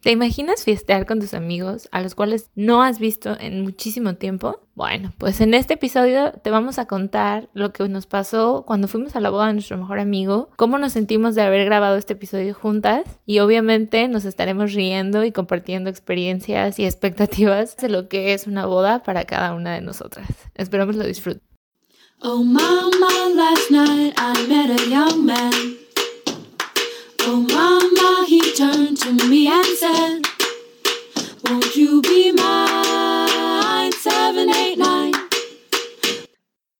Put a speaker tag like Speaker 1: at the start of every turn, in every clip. Speaker 1: ¿Te imaginas fiestear con tus amigos a los cuales no has visto en muchísimo tiempo? Bueno, pues en este episodio te vamos a contar lo que nos pasó cuando fuimos a la boda de nuestro mejor amigo, cómo nos sentimos de haber grabado este episodio juntas y obviamente nos estaremos riendo y compartiendo experiencias y expectativas de lo que es una boda para cada una de nosotras. Esperamos lo disfruten.
Speaker 2: Oh mama, last night I met a young man. Oh mama, he turned to me and said, Won't you be mine? Seven, eight, nine.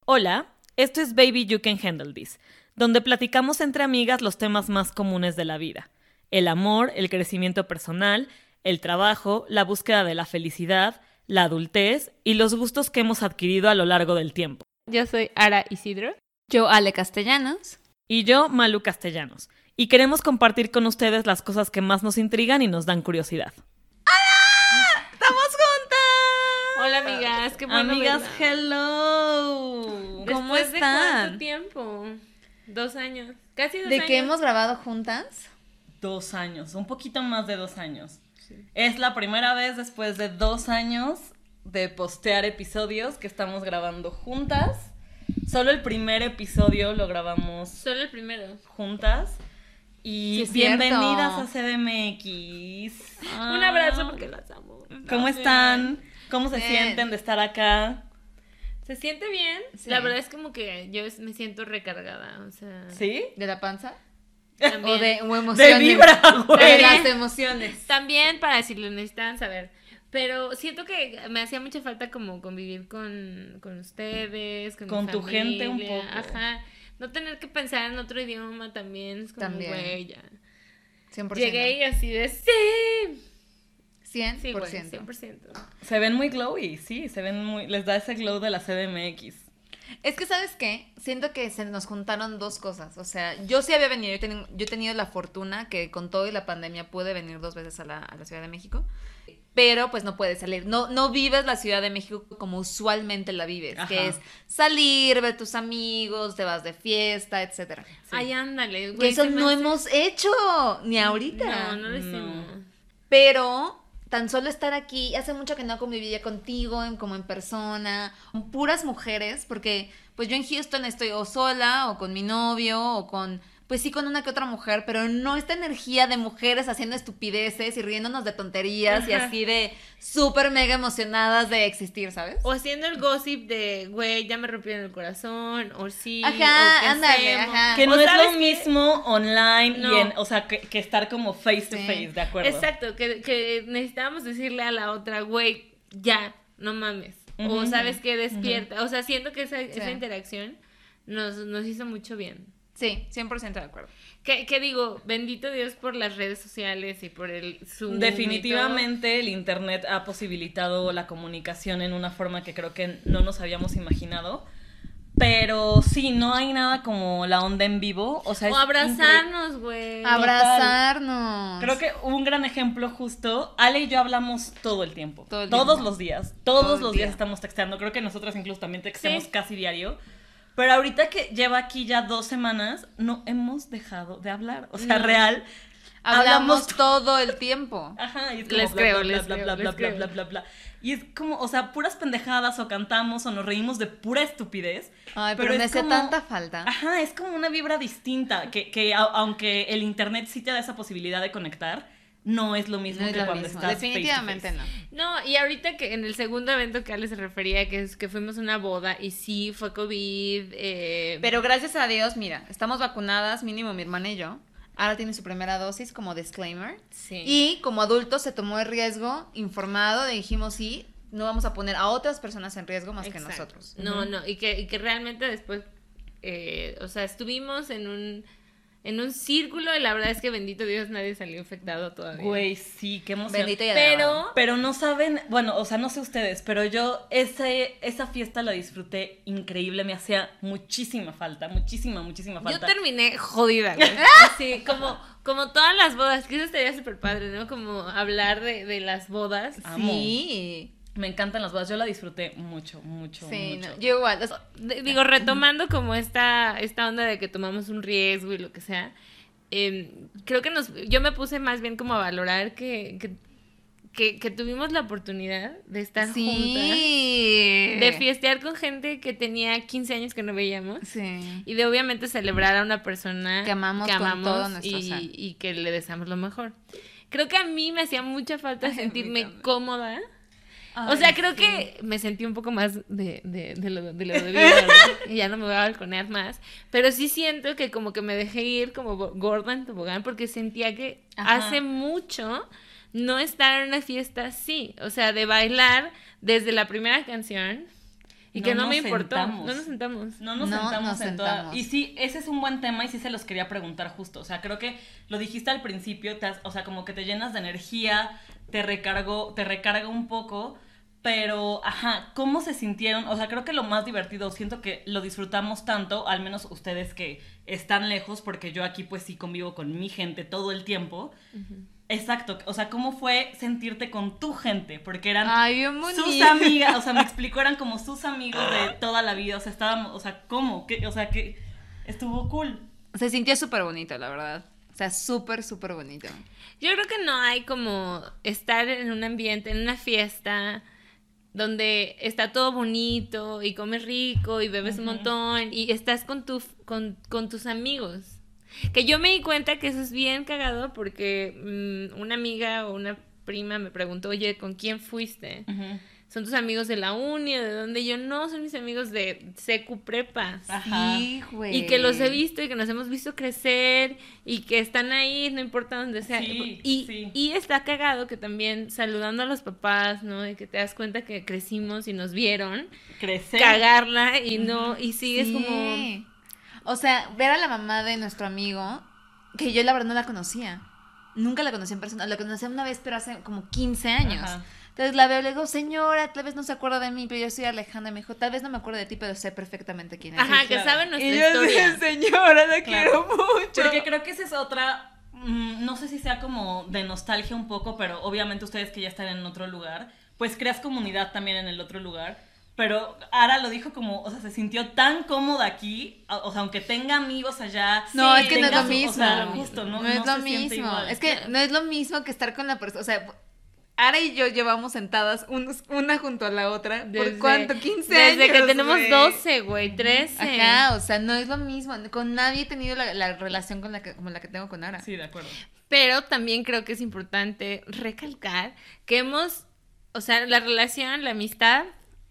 Speaker 3: Hola, esto es Baby You Can Handle This, donde platicamos entre amigas los temas más comunes de la vida. El amor, el crecimiento personal, el trabajo, la búsqueda de la felicidad, la adultez y los gustos que hemos adquirido a lo largo del tiempo.
Speaker 1: Yo soy Ara Isidro.
Speaker 4: Yo, Ale Castellanos.
Speaker 3: Y yo, Malu Castellanos. Y queremos compartir con ustedes las cosas que más nos intrigan y nos dan curiosidad.
Speaker 4: ¡Estamos juntas!
Speaker 1: Hola amigas, qué bueno
Speaker 3: Amigas,
Speaker 1: verlas.
Speaker 3: hello.
Speaker 4: ¿Cómo
Speaker 1: Después ¿De cuánto
Speaker 4: están?
Speaker 1: tiempo? Dos años. Casi dos
Speaker 4: ¿De
Speaker 1: años.
Speaker 4: qué hemos grabado juntas?
Speaker 3: Dos años, un poquito más de dos años. Es la primera vez después de dos años de postear episodios que estamos grabando juntas. Solo el primer episodio lo grabamos
Speaker 1: Solo el primero.
Speaker 3: juntas. Y
Speaker 4: Sí, es
Speaker 3: bienvenidas a CDMX.
Speaker 1: Ah. Un abrazo porque las amo.
Speaker 3: ¿Cómo están? ¿Cómo se
Speaker 4: Bien.
Speaker 3: sienten de estar acá?
Speaker 1: ¿Se siente bien?
Speaker 4: Sí.
Speaker 1: La verdad es como que yo es- me siento recargada, o sea...
Speaker 3: ¿Sí?
Speaker 4: ¿De la panza?
Speaker 1: También,
Speaker 4: ¿O de o
Speaker 3: De
Speaker 4: emociones?
Speaker 3: vibra,
Speaker 4: De
Speaker 3: güey.
Speaker 4: las emociones.
Speaker 1: también para si lo necesitan saber. Pero siento que me hacía mucha falta como convivir con, con ustedes, con, mi
Speaker 3: Con tu gente un
Speaker 1: familia,
Speaker 3: poco.
Speaker 1: Ajá. No tener que pensar en otro idioma también es como,
Speaker 4: También.
Speaker 1: güey, ya.
Speaker 4: 100%.
Speaker 1: Llegué y así de, sí.
Speaker 4: 100%.
Speaker 1: Sí, güey, 100%.
Speaker 3: Se ven muy glowy, sí, se ven muy. Les da ese glow de la CDMX.
Speaker 4: Es que, ¿sabes qué? Siento que se nos juntaron dos cosas. O sea, yo sí había venido. Yo, teni- yo he tenido la fortuna que con todo y la pandemia pude venir dos veces a la, a la Ciudad de México. Pero pues no puedes salir. No, no vives la Ciudad de México como usualmente la vives.
Speaker 3: Ajá.
Speaker 4: Que es salir, ver tus amigos, te vas de fiesta, etcétera.
Speaker 1: Ay, ándale,
Speaker 4: Que
Speaker 1: güey.
Speaker 4: eso
Speaker 1: se me
Speaker 4: no
Speaker 1: hace- Mm,
Speaker 4: hemos hecho, ni ahorita.
Speaker 1: No, no lo hicimos.
Speaker 4: Pero tan solo estar aquí, hace mucho que no convivía contigo, en- como en persona, con puras mujeres, porque pues yo en Houston estoy o sola, o con mi novio, o con, pues sí, con una que otra mujer, pero no esta energía de mujeres haciendo estupideces y riéndonos de tonterías y
Speaker 1: Ajá.
Speaker 4: así de súper mega emocionadas de existir, ¿sabes?
Speaker 1: O haciendo el gossip de, güey, ya me rompieron el corazón, o sí,
Speaker 4: Ajá,
Speaker 1: o qué
Speaker 4: ándale,
Speaker 1: hacemos.
Speaker 4: ajá.
Speaker 3: Que
Speaker 1: O
Speaker 3: no es
Speaker 1: ¿sabes
Speaker 3: lo
Speaker 1: qué?
Speaker 3: mismo online
Speaker 1: No.
Speaker 3: y en, o sea, que, que estar como face to
Speaker 4: Sí.
Speaker 3: face, ¿de acuerdo?
Speaker 1: Exacto, que, que necesitábamos decirle a la otra, güey, ya, no mames. O
Speaker 3: Ujú.
Speaker 1: sabes que despierta. O sea, siento que esa, esa
Speaker 4: Sí.
Speaker 1: interacción nos, nos hizo mucho bien.
Speaker 4: Sí, 100% de acuerdo.
Speaker 1: Que, que digo, bendito Dios por las redes sociales y por el Zoom y
Speaker 3: Definitivamente el internet ha posibilitado la comunicación en una forma que creo que no nos habíamos imaginado. Pero sí, no hay nada como la onda en vivo. O sea,
Speaker 1: todo. O
Speaker 3: es
Speaker 1: abrazarnos,
Speaker 4: Ah,
Speaker 1: güey.
Speaker 4: Abrazarnos.
Speaker 3: Creo que un gran ejemplo justo, Ale y yo hablamos todo el tiempo,
Speaker 4: Todo el
Speaker 3: todos
Speaker 4: tiempo.
Speaker 3: los días, todos
Speaker 4: Todo el
Speaker 3: los
Speaker 4: día.
Speaker 3: días estamos texteando, creo que nosotras incluso también texteamos
Speaker 1: Sí.
Speaker 3: casi diario, pero ahorita que lleva aquí ya dos semanas, no hemos dejado de hablar, o sea,
Speaker 1: No.
Speaker 3: real,
Speaker 4: Hablamos
Speaker 3: hablamos
Speaker 4: todo el tiempo.
Speaker 3: ajá, y es como
Speaker 1: Les
Speaker 3: bla,
Speaker 1: creo,
Speaker 3: bla, bla,
Speaker 1: les
Speaker 3: bla,
Speaker 1: creo, les
Speaker 3: bla, bla, bla,
Speaker 1: creo.
Speaker 3: bla, bla, bla. y es como, o sea, puras pendejadas o cantamos o nos reímos de pura estupidez,
Speaker 4: Ay, pero, me
Speaker 3: es
Speaker 4: hace
Speaker 3: como-
Speaker 4: tanta falta.
Speaker 3: Ajá, es como una vibra distinta, que, que a- aunque el internet sí te da esa posibilidad de conectar, no es lo mismo
Speaker 4: No es
Speaker 3: que
Speaker 4: lo
Speaker 3: cuando
Speaker 4: mismo.
Speaker 3: estás
Speaker 4: Definitivamente
Speaker 3: face to face.
Speaker 4: no.
Speaker 1: No, y ahorita que en el segundo evento que Ale se refería, que es que fuimos a una boda y sí, fue COVID. eh,
Speaker 4: Pero gracias a Dios, mira, estamos vacunadas, mínimo mi hermana y yo. Ahora tiene su primera dosis como disclaimer.
Speaker 1: sí.
Speaker 4: Y como adultos se tomó el riesgo informado, de dijimos sí, no vamos a poner a otras personas en riesgo más que
Speaker 1: Exacto.
Speaker 4: nosotros.
Speaker 1: No, no, y que, y que realmente después, eh, o sea, estuvimos en un, en un círculo y la verdad es que bendito Dios nadie salió infectado todavía.
Speaker 3: Güey, sí, qué emoción.
Speaker 4: Bendito y
Speaker 1: Pero,
Speaker 3: Pero no saben, bueno, o sea, no sé ustedes, pero yo ese, esa fiesta la disfruté increíble, me hacía muchísima falta, muchísima, muchísima
Speaker 1: yo
Speaker 3: falta.
Speaker 1: terminé jodida, güey. Así, como, como todas las bodas, que eso estaría súper padre, ¿no? Como hablar de, de las bodas.
Speaker 3: Amo.
Speaker 4: Sí.
Speaker 3: Me encantan las bodas, yo la disfruté mucho, mucho,
Speaker 4: Sí,
Speaker 3: mucho.
Speaker 4: no, yo igual. o sea,
Speaker 1: De- digo, retomando como esta, esta onda de que tomamos un riesgo y lo que sea, eh, creo que nos, yo me puse más bien como a valorar que, que, que- que tuvimos la oportunidad de estar juntas,
Speaker 4: Sí.
Speaker 1: de fiestear con gente que tenía 15 años que no veíamos.
Speaker 4: Sí.
Speaker 1: Y de obviamente celebrar a una persona
Speaker 4: Que amamos con todo nuestro
Speaker 1: y,
Speaker 4: ser.
Speaker 1: y que le deseamos lo mejor. Creo que a mí me hacía mucha falta
Speaker 4: mí
Speaker 1: sentirme
Speaker 4: también.
Speaker 1: cómoda. o
Speaker 4: Ay,
Speaker 1: sea, creo
Speaker 4: sí.
Speaker 1: que me sentí un poco más de, de, de lo, de lo debido, ¿verdad? Y ya no me voy a balconear más. Pero sí siento que como que me dejé ir como bo- gorda en tobogán porque sentía que
Speaker 4: Ajá.
Speaker 1: hace mucho no estar en una fiesta así. O sea, de bailar desde la primera canción y
Speaker 3: No
Speaker 1: que no
Speaker 3: nos
Speaker 1: me importó.
Speaker 3: sentamos.
Speaker 1: No nos sentamos.
Speaker 3: No nos
Speaker 4: No
Speaker 3: sentamos
Speaker 4: nos
Speaker 3: en toda-
Speaker 4: sentamos.
Speaker 3: Y sí, ese es un buen tema y sí se los quería preguntar justo. O sea, creo que lo dijiste al principio, te has- o sea, como que te llenas de energía, te recargo, te recarga un poco. Pero, ajá, ¿cómo se sintieron? O sea, creo que lo más divertido, siento que lo disfrutamos tanto, al menos ustedes que están lejos, porque yo aquí pues sí convivo con mi gente todo el tiempo. Exacto, o sea, ¿cómo fue sentirte con tu gente? Porque eran
Speaker 4: Ay, bien bonito.
Speaker 3: sus amigas, o sea, me explicó, eran como sus amigos de toda la vida, o sea, estábamos, o sea, ¿cómo? ¿Qué? O sea, que estuvo cool.
Speaker 4: Se sintió súper bonito, la verdad. O sea, súper, súper bonito.
Speaker 1: Yo creo que no hay como estar en un ambiente, en una fiesta, donde está todo bonito y comes rico y bebes un montón y estás con, tu, con, con tus amigos. Que yo me di cuenta que eso es bien cagado porque mm, una amiga o una prima me preguntó, oye, ¿con quién fuiste? ¿Son tus amigos de la uni o de dónde? Yo no, son mis amigos de secu prepa.
Speaker 3: Ajá.
Speaker 4: Sí, güey.
Speaker 1: Y que los he visto y que nos hemos visto crecer y que están ahí, no importa dónde sea.
Speaker 3: Sí,
Speaker 1: y,
Speaker 3: sí.
Speaker 1: y está cagado que también saludando a los papás, ¿no? Y que te das cuenta que crecimos y nos vieron.
Speaker 3: Crecer.
Speaker 1: Cagarla y no, y sigues
Speaker 4: Sí.
Speaker 1: como...
Speaker 4: O sea, ver a la mamá de nuestro amigo, que yo la verdad no la conocía. Nunca la conocí en persona. La conocí una vez, pero hace como 15 años.
Speaker 3: Ajá.
Speaker 4: Entonces la veo y le digo, señora, tal vez no se acuerda de mí, pero yo soy Alejandra. Y me dijo, tal vez no me acuerdo de ti, pero sé perfectamente quién eres.
Speaker 1: Ajá, que
Speaker 3: claro.
Speaker 1: saben nuestra
Speaker 4: Y yo
Speaker 1: historia.
Speaker 4: dije, señora,
Speaker 3: Claro.
Speaker 4: la quiero mucho.
Speaker 3: Porque creo que esa es otra, mm, no sé si sea como de nostalgia un poco, pero obviamente ustedes que ya están en otro lugar, pues creas comunidad también en el otro lugar. Pero Ara lo dijo como, o sea, se sintió tan cómoda aquí, o o sea, aunque tenga amigos allá.
Speaker 4: No,
Speaker 1: Sí,
Speaker 4: es que no es
Speaker 3: tenga
Speaker 1: tengas-
Speaker 3: su-
Speaker 4: lo mismo.
Speaker 3: O sea, justo, no,
Speaker 4: No es
Speaker 3: No
Speaker 4: lo
Speaker 3: se siente
Speaker 4: mismo.
Speaker 3: igual.
Speaker 4: Es que no es lo mismo que estar con la persona. O sea, Ara y yo llevamos sentadas unos- una junto a la otra.
Speaker 1: Desde-
Speaker 4: ¿Por cuánto? 15 años.
Speaker 1: Desde que tenemos
Speaker 4: güey.
Speaker 1: 12, güey, 13.
Speaker 4: Ajá, o sea, no es lo mismo. Con nadie he tenido la, la relación con la que, como la que tengo con Ara.
Speaker 3: Sí, de acuerdo.
Speaker 1: Pero también creo que es importante recalcar que hemos, o sea, la relación, la amistad,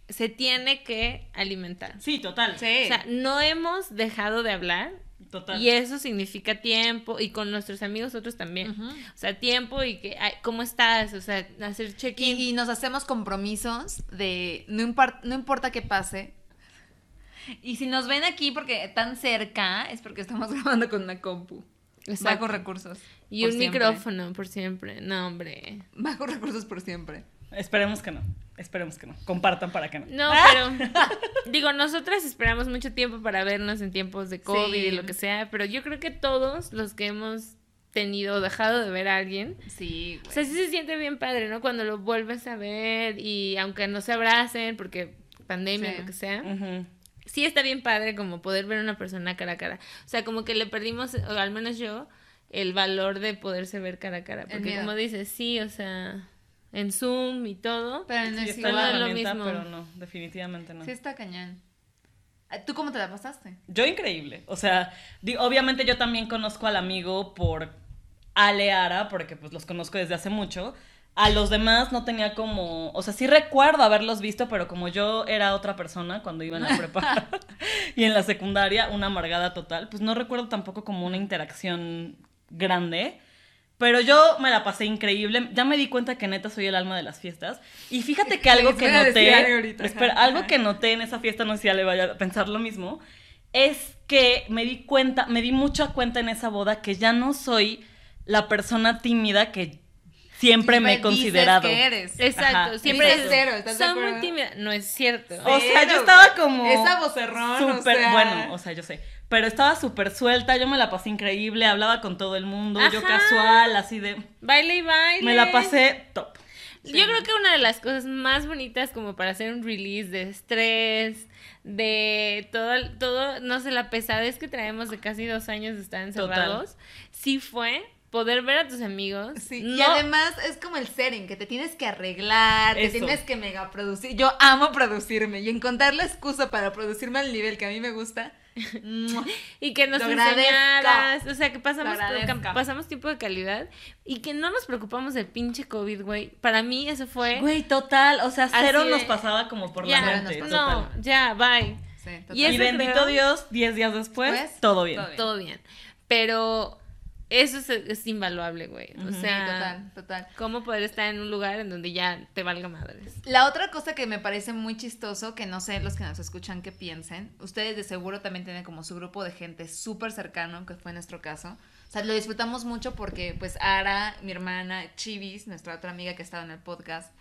Speaker 1: se tiene que alimentar.
Speaker 3: Sí, total.
Speaker 1: O sea, no hemos dejado de hablar
Speaker 3: Total.
Speaker 1: y eso significa tiempo y con nuestros amigos otros también. O sea, tiempo y que, ay, ¿cómo estás? O sea, hacer check-in.
Speaker 4: y, y nos hacemos compromisos de no, impar- no importa qué pase. Y si nos ven aquí porque tan cerca es porque estamos grabando con una compu.
Speaker 1: Exacto.
Speaker 4: Bajo recursos.
Speaker 1: Y
Speaker 4: por
Speaker 1: un
Speaker 4: siempre.
Speaker 1: micrófono por siempre. No, hombre.
Speaker 4: Bajo recursos por siempre.
Speaker 3: Esperemos que no. Esperemos que no. Compartan para que no.
Speaker 1: No,
Speaker 4: Ah.
Speaker 1: pero digo, nosotras esperamos mucho tiempo para vernos en tiempos de COVID y
Speaker 4: Sí.
Speaker 1: lo que sea, pero yo creo que todos los que hemos tenido o dejado de ver a alguien,
Speaker 4: Sí,
Speaker 1: o sea, sí se siente bien padre, ¿no? Cuando lo vuelves a ver y aunque no se abracen porque pandemia,
Speaker 4: Sí.
Speaker 1: lo que sea.
Speaker 3: Ujú.
Speaker 1: sí está bien padre como poder ver a una persona cara a cara. O sea, como que le perdimos, o al menos yo, el valor de poderse ver cara a cara.
Speaker 4: El
Speaker 1: Porque
Speaker 4: miedo.
Speaker 1: como dices, sí, o sea, en Zoom y todo.
Speaker 4: Pero no
Speaker 3: Sí,
Speaker 4: es
Speaker 3: está la
Speaker 1: igual.
Speaker 4: igual.
Speaker 1: lo
Speaker 3: herramienta,
Speaker 1: mismo.
Speaker 3: pero no, definitivamente no.
Speaker 4: Sí, está cañón. Ah, ¿Tú cómo te la pasaste?
Speaker 3: Yo increíble. O sea, di- obviamente yo también conozco al amigo por Ale Ara, porque pues los conozco desde hace mucho. A los demás no tenía como, o sea, sí recuerdo haberlos visto, pero como yo era otra persona cuando iba en la prepa y en la secundaria, una amargada total, pues no recuerdo tampoco como una interacción grande. Pero yo me la pasé increíble. Ya me di cuenta que neta soy el alma de las fiestas. Y fíjate que algo
Speaker 4: Les
Speaker 3: que
Speaker 4: voy a decir
Speaker 3: noté.
Speaker 4: algo ahorita, ajá,
Speaker 3: espera, algo
Speaker 4: ajá.
Speaker 3: que noté en esa fiesta, no sé si ya le vaya a pensar lo mismo. Es que me di cuenta, me di mucha cuenta en esa boda que ya no soy la persona tímida que siempre me he
Speaker 4: Dices
Speaker 3: considerado.
Speaker 4: que eres.
Speaker 1: Exacto,
Speaker 3: Ajá,
Speaker 1: siempre
Speaker 4: exacto. Cero, ¿estás de
Speaker 1: son muy
Speaker 4: acuerdo?
Speaker 1: tímidas. No es cierto.
Speaker 3: O sea, yo
Speaker 4: Cero,
Speaker 3: estaba
Speaker 4: güey.
Speaker 3: como.
Speaker 4: Esa vocerrón, o
Speaker 3: súper-
Speaker 4: sea.
Speaker 3: Bueno, o sea, yo sé. Pero estaba súper suelta, yo me la pasé increíble, hablaba con todo el mundo, yo
Speaker 1: Ajá.
Speaker 3: casual, así de.
Speaker 1: Baile y baile.
Speaker 3: Me la pasé top.
Speaker 1: Yo creo que una de las cosas más bonitas como para hacer un release de estrés, de todo, todo, no sé, la pesadez que traemos de casi dos años de estar encerrados, sí fue poder ver a tus amigos.
Speaker 4: Sí,
Speaker 1: no,
Speaker 4: Y además es como el setting, que te tienes que arreglar,
Speaker 3: Eso.
Speaker 4: te tienes que mega producir. Yo amo producirme y encontrar la excusa para producirme al nivel que a mí me gusta. ¡mua!
Speaker 1: y que nos
Speaker 4: lo agradezco.
Speaker 1: enseñaras, o sea, que pasamos,
Speaker 4: Lo agradezco.
Speaker 1: pasamos tiempo de calidad y que no nos preocupamos del pinche COVID, güey. Para mí eso
Speaker 4: ¿Eh?
Speaker 1: fue...
Speaker 3: Güey, total, o sea,
Speaker 1: Así
Speaker 3: cero
Speaker 1: de-
Speaker 3: nos pasaba como por
Speaker 1: Ya,
Speaker 3: la mente.
Speaker 4: Cero nos
Speaker 1: no,
Speaker 3: total.
Speaker 1: ya, bye.
Speaker 4: Sí, total.
Speaker 1: Y
Speaker 3: Y,
Speaker 1: eso
Speaker 3: bendito
Speaker 1: creo-
Speaker 3: Dios, 10 días después,
Speaker 4: Pues,
Speaker 3: todo bien.
Speaker 4: todo bien.
Speaker 1: Todo bien. Pero eso es, es invaluable, güey. O
Speaker 3: Ujú.
Speaker 1: sea,
Speaker 4: Sí, total, total.
Speaker 1: ¿Cómo poder estar en un lugar en donde ya te valga madres?
Speaker 4: La otra cosa que me parece muy chistoso, que no sé los que nos escuchan que piensen, ustedes de seguro también tienen como su grupo de gente súper cercano, que fue nuestro caso. O sea, lo disfrutamos mucho porque pues Ara, mi hermana, Chivis, nuestra otra amiga que estaba en el podcast,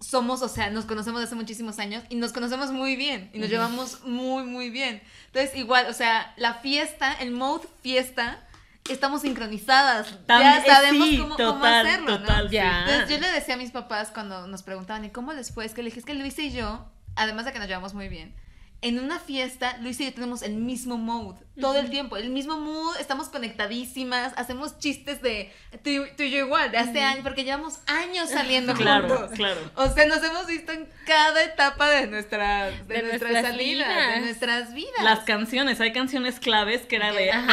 Speaker 4: somos, o sea, nos conocemos desde hace muchísimos años y nos conocemos muy bien y nos llevamos muy, muy bien. Entonces, igual, o sea, la fiesta, el mode fiesta, estamos sincronizadas.
Speaker 3: También-
Speaker 4: ya sabemos
Speaker 3: eh, sí,
Speaker 4: cómo, cómo
Speaker 3: total,
Speaker 4: hacerlo, ¿no?
Speaker 3: total, sí.
Speaker 1: Ya.
Speaker 4: Entonces,
Speaker 3: Ah.
Speaker 4: yo le decía a mis papás cuando nos preguntaban, ¿y cómo les fue? Es que le dije, es que Luis y yo, además de que nos llevamos muy bien, en una fiesta, Luis y yo tenemos el mismo mood, todo el tiempo, el mismo mood, estamos conectadísimas, hacemos chistes de tú, tú y yo igual, de hace años, porque llevamos años saliendo
Speaker 3: Claro,
Speaker 4: juntos.
Speaker 3: claro.
Speaker 4: O sea, nos hemos visto en cada etapa de nuestra, de,
Speaker 1: De
Speaker 4: nuestras,
Speaker 1: nuestras
Speaker 4: salidas, de
Speaker 1: vidas.
Speaker 4: nuestras vidas.
Speaker 3: Las canciones, hay canciones claves que era de. "Ah,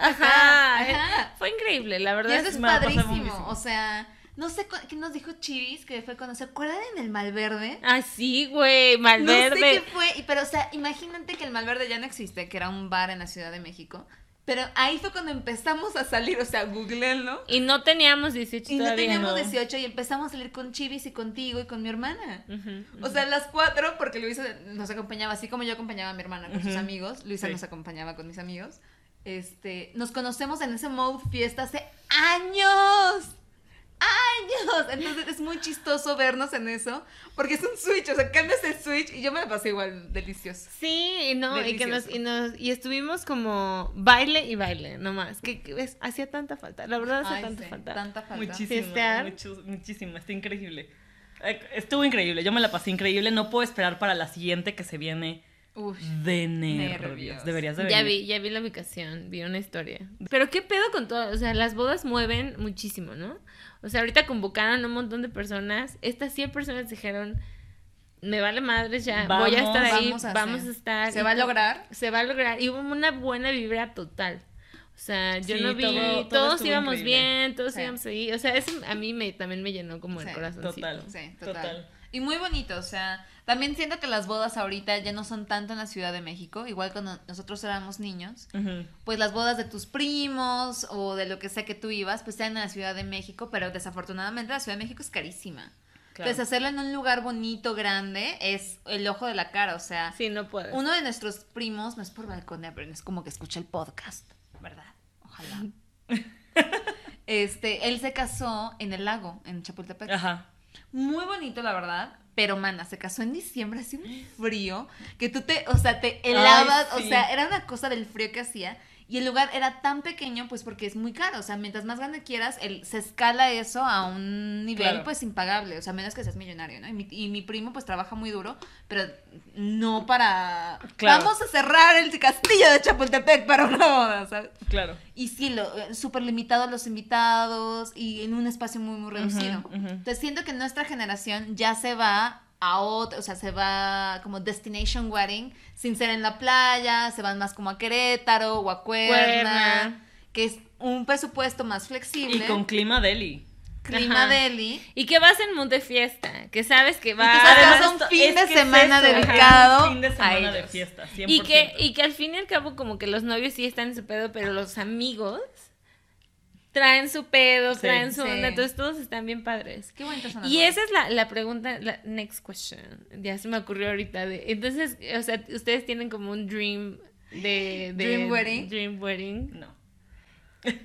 Speaker 1: Ajá, ajá,
Speaker 3: eh,
Speaker 1: eh,
Speaker 4: ajá.
Speaker 1: Fue increíble, la
Speaker 4: Y
Speaker 1: verdad.
Speaker 4: eso es
Speaker 3: me la pasé
Speaker 4: padrísimo.
Speaker 3: buenísimo.
Speaker 4: O sea, no sé cu- qué nos dijo Chivis, que fue cuando se acuerdan en el Malverde.
Speaker 1: Ah, sí, güey,
Speaker 4: No sé qué
Speaker 1: Malverde.
Speaker 4: fue, y- pero o sea, imagínate que el Malverde ya no existe, que era un bar en la Ciudad de México. Pero ahí fue cuando empezamos a salir, o sea, googleenlo.
Speaker 1: y no teníamos 18
Speaker 4: Y no
Speaker 1: todavía.
Speaker 4: teníamos
Speaker 1: ¿no?
Speaker 4: 18 y empezamos a salir con Chivis y contigo y con mi hermana.
Speaker 1: Ujú, ujú.
Speaker 4: O sea, las cuatro, porque Luisa nos acompañaba, así como yo acompañaba a mi hermana con sus
Speaker 3: Ujú.
Speaker 4: amigos, Luisa
Speaker 3: Sí.
Speaker 4: nos acompañaba con mis amigos. Este, nos conocemos en ese mode fiesta hace años. ¡Años! Entonces es muy chistoso vernos en eso, porque es un switch, o sea, cambias el switch y yo me la pasé igual delicioso.
Speaker 1: Sí, y no, y que nos,
Speaker 4: Delicioso.
Speaker 1: y nos, y estuvimos como baile y baile, nomás, que, que es- hacía tanta falta, la verdad hacía
Speaker 4: Ay,
Speaker 1: tanta
Speaker 4: sí,
Speaker 1: falta.
Speaker 4: tanta falta.
Speaker 3: Muchísimo,
Speaker 1: Fiestear.
Speaker 3: muchos- muchísimo, está increíble. Eh, Estuvo increíble, yo me la pasé increíble, no puedo esperar para la siguiente que se viene
Speaker 4: Uf.
Speaker 3: de nervios.
Speaker 4: Nervios.
Speaker 3: Deberías de
Speaker 1: Ya
Speaker 3: venir.
Speaker 1: vi, ya vi la ubicación, vi una historia. Pero qué pedo con todo, o sea, las bodas mueven muchísimo, ¿no? O sea, ahorita convocaron a un montón de personas, estas 100 personas dijeron, me vale madres ya, voy a estar
Speaker 3: Vamos,
Speaker 1: ahí,
Speaker 4: vamos
Speaker 1: vamos
Speaker 4: a
Speaker 1: a,
Speaker 4: hacer.
Speaker 1: estar.
Speaker 4: ¿Se va a lograr?
Speaker 1: Se va a lograr, y hubo una buena vibra total. O sea, yo
Speaker 3: Sí,
Speaker 1: no vi,
Speaker 3: todo- todo
Speaker 1: todos
Speaker 3: estuvo
Speaker 1: íbamos
Speaker 3: increíble.
Speaker 1: bien, todos
Speaker 4: Sí.
Speaker 1: íbamos ahí, o sea, eso a mí me, también me llenó como
Speaker 4: Sí,
Speaker 1: el corazón.
Speaker 3: total.
Speaker 4: Sí, total.
Speaker 3: Total.
Speaker 4: Y muy bonito, o sea, también siento que las bodas ahorita ya no son tanto en la Ciudad de México, igual cuando nosotros éramos niños,
Speaker 3: Ujú.
Speaker 4: pues las bodas de tus primos o de lo que sea que tú ibas, pues sean en la Ciudad de México, pero desafortunadamente la Ciudad de México es carísima.
Speaker 3: Claro.
Speaker 4: Entonces hacerla en un lugar bonito, grande, es el ojo de la cara, o sea,
Speaker 1: Sí, no puedo.
Speaker 4: uno de nuestros primos, no es por balconear, pero es como que escucha el podcast, ¿verdad? Ojalá. Este, él se casó en el lago, en Chapultepec.
Speaker 3: Ajá.
Speaker 4: Muy bonito, la verdad. Pero, mana, se casó en diciembre, hacía un frío que tú te, o sea, te helabas,
Speaker 3: Ay, sí.
Speaker 4: o sea, era una cosa del frío que hacía. Y el lugar era tan pequeño, pues porque es muy caro. O sea, mientras más grande quieras, el, se escala eso a un nivel,
Speaker 3: Claro.
Speaker 4: pues, impagable. O sea, menos que seas millonario, ¿no? Y mi, y mi primo, pues, trabaja muy duro, pero no para.
Speaker 3: Claro.
Speaker 4: Vamos a cerrar el castillo de Chapultepec para una boda, ¿sabes?
Speaker 3: Claro.
Speaker 4: Y sí, lo- eh, súper limitado a los invitados y en un espacio muy, muy reducido.
Speaker 3: Ujú, ujú.
Speaker 4: Entonces siento que nuestra generación ya se va a otro, o sea, se va como destination wedding, sin ser en la playa, se van más como a Querétaro o a Cuerna,
Speaker 1: Cuerna.
Speaker 4: que es un presupuesto más flexible,
Speaker 3: Y con clima deli.
Speaker 4: clima
Speaker 1: Ajá.
Speaker 4: deli.
Speaker 1: Y que vas en mood de fiesta, que sabes que vas...
Speaker 4: sabes que vas a un
Speaker 3: esto-
Speaker 4: fin de
Speaker 3: que
Speaker 4: semana
Speaker 3: ajá,
Speaker 4: dedicado
Speaker 3: un fin de
Speaker 4: a
Speaker 3: semana de
Speaker 4: ellos.
Speaker 3: fiesta, 100%.
Speaker 1: Y que, y que al fin y al cabo, como que los novios sí están en su pedo, pero los amigos traen su pedo,
Speaker 3: Sí.
Speaker 1: traen su
Speaker 4: Sí.
Speaker 1: onda, entonces todos están bien padres.
Speaker 4: Qué bonitas son las
Speaker 1: Y
Speaker 4: bodas.
Speaker 1: esa es la, la pregunta, la next question. Ya se me ocurrió ahorita. De, entonces, o sea, ustedes tienen como un dream de. de-
Speaker 4: Dream wedding.
Speaker 1: Dream wedding.
Speaker 3: No.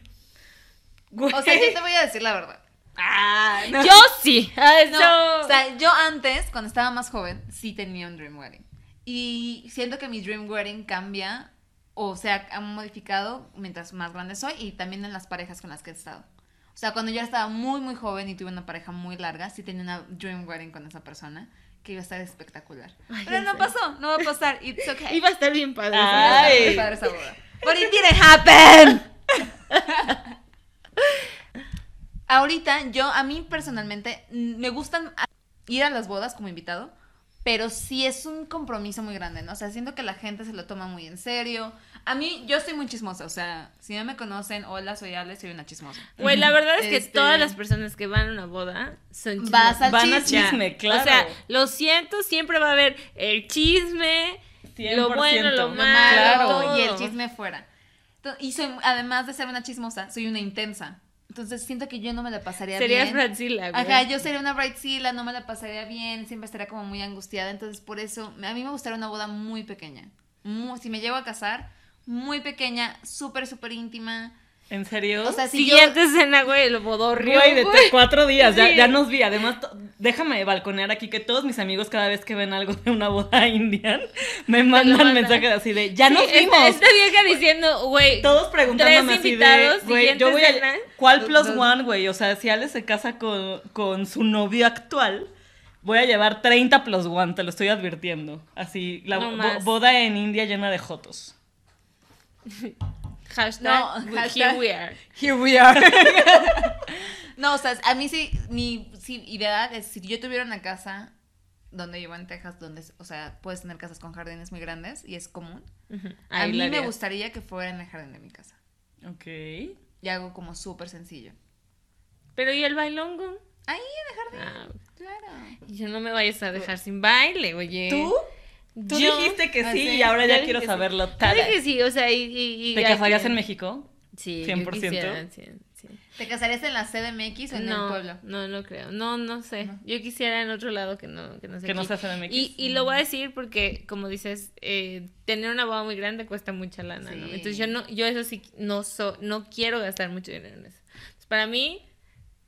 Speaker 4: O sea, yo te voy a decir la verdad. Ah, no.
Speaker 1: Yo sí. ah,
Speaker 4: No,
Speaker 1: yo-
Speaker 4: o sea, yo antes, cuando estaba más joven, sí tenía un dream wedding. Y siento que mi dream wedding cambia o se ha ha modificado mientras más grande soy y también en las parejas con las que he estado. O sea, cuando yo estaba muy, muy joven y tuve una pareja muy larga, sí tenía una dream wedding con esa persona que iba a estar espectacular.
Speaker 1: Ay,
Speaker 4: Pero
Speaker 1: ya
Speaker 4: no
Speaker 1: sé.
Speaker 4: pasó, no va a pasar. It's okay.
Speaker 1: Iba a estar bien padre.
Speaker 3: Ah.
Speaker 1: ¿sabes?
Speaker 4: Iba a estar muy
Speaker 3: Ay.
Speaker 4: padre esa boda. But it didn't happen. Ahorita yo, a mí personalmente, mm, me gustan a- ir a las bodas como invitado, pero sí es un compromiso muy grande, ¿no? O sea, siento que la gente se lo toma muy en serio. A mí, yo soy muy chismosa, o sea, si no me conocen, hola, soy Ale, soy una chismosa.
Speaker 1: Güey, la verdad es que
Speaker 4: Este-
Speaker 1: todas las personas que van a una boda son chismosas.
Speaker 4: Vas al
Speaker 1: van
Speaker 4: chisme.
Speaker 1: a
Speaker 3: Chisme, claro.
Speaker 1: O sea, lo siento, siempre va a haber el chisme, lo bueno,
Speaker 3: 100%.
Speaker 1: lo
Speaker 4: Lo
Speaker 1: malo,
Speaker 4: malo
Speaker 1: todo.
Speaker 4: y el chisme fuera. Ento- Y soy, además de ser una chismosa, soy una intensa. Entonces siento que yo no me la pasaría
Speaker 1: Serías
Speaker 4: bien.
Speaker 1: Bratzilla, güey.
Speaker 4: Ajá, yo sería una bridezilla, no me la pasaría bien, siempre estaría como muy angustiada, entonces por eso a mí me gustaría una boda muy pequeña. Muy- si me llego a casar, muy pequeña, súper, súper íntima.
Speaker 3: ¿En serio?
Speaker 4: O sea, si yo-
Speaker 1: Siguiente escena, güey, el bodorrio.
Speaker 3: Güey, de tres- cuatro días, ya,
Speaker 1: Sí.
Speaker 3: ya nos vi. Además, to- déjame balconear aquí que todos mis amigos cada vez que ven algo de una boda indian me mandan
Speaker 1: mandan.
Speaker 3: mensajes así de, ya nos
Speaker 1: Sí, esta-
Speaker 3: vimos.
Speaker 1: Esta, vieja diciendo, güey.
Speaker 3: Todos preguntándome
Speaker 1: tres
Speaker 3: así de,
Speaker 1: invitados,
Speaker 3: güey, yo
Speaker 1: siguiente
Speaker 3: voy a...
Speaker 1: escena.
Speaker 3: ¿Cuál plus
Speaker 4: Los- los-
Speaker 3: one, güey? O sea, si Ale se casa con, con su novio actual, voy a llevar 30 plus one, te lo estoy advirtiendo. Así, la
Speaker 1: No
Speaker 3: bo-
Speaker 1: más.
Speaker 3: boda en India llena de jotos.
Speaker 1: Hashtag,
Speaker 4: No,
Speaker 1: we-
Speaker 4: hashtag.
Speaker 1: here we are.
Speaker 4: Here we are. no, o sea, a mí sí, mi sí, idea es si yo tuviera una casa donde vivo en Texas, donde, es- o sea, puedes tener casas con jardines muy grandes y es común. a
Speaker 1: Ahí
Speaker 4: mí
Speaker 1: la
Speaker 4: me
Speaker 1: harías.
Speaker 4: gustaría que fuera en el jardín de mi casa.
Speaker 3: Ok.
Speaker 4: Y algo como súper sencillo.
Speaker 1: Pero ¿y el bailongo?
Speaker 4: Ahí en el jardín,
Speaker 1: Ah,
Speaker 4: claro.
Speaker 1: yo no me vayas a dejar sin baile, oye.
Speaker 3: ¿Tú? Tú
Speaker 1: Yo-
Speaker 3: dijiste que sí
Speaker 4: Ah, sí.
Speaker 3: y ahora
Speaker 1: Yo
Speaker 3: ya
Speaker 1: dije
Speaker 3: quiero
Speaker 1: que sí.
Speaker 3: saberlo.
Speaker 1: Yo
Speaker 3: Tada.
Speaker 1: dije sí, o sea, y... y- y-
Speaker 3: ¿Te
Speaker 1: aquí-
Speaker 3: casarías en México?
Speaker 1: Sí,
Speaker 3: 100%.
Speaker 1: 100%. Quisiera, sí, sí.
Speaker 4: ¿Te casarías en la CDMX o en
Speaker 1: no,
Speaker 4: el pueblo?
Speaker 1: No, no creo. No, no sé. Yo quisiera en otro lado que no, que no sé.
Speaker 3: Que no sea CDMX.
Speaker 1: Y, y lo voy a decir porque, como dices, eh, tener una boda muy grande cuesta mucha lana, ¿no?
Speaker 4: Sí.
Speaker 1: Entonces yo no, yo eso sí no so, no quiero gastar mucho dinero en eso. Entonces, para mí,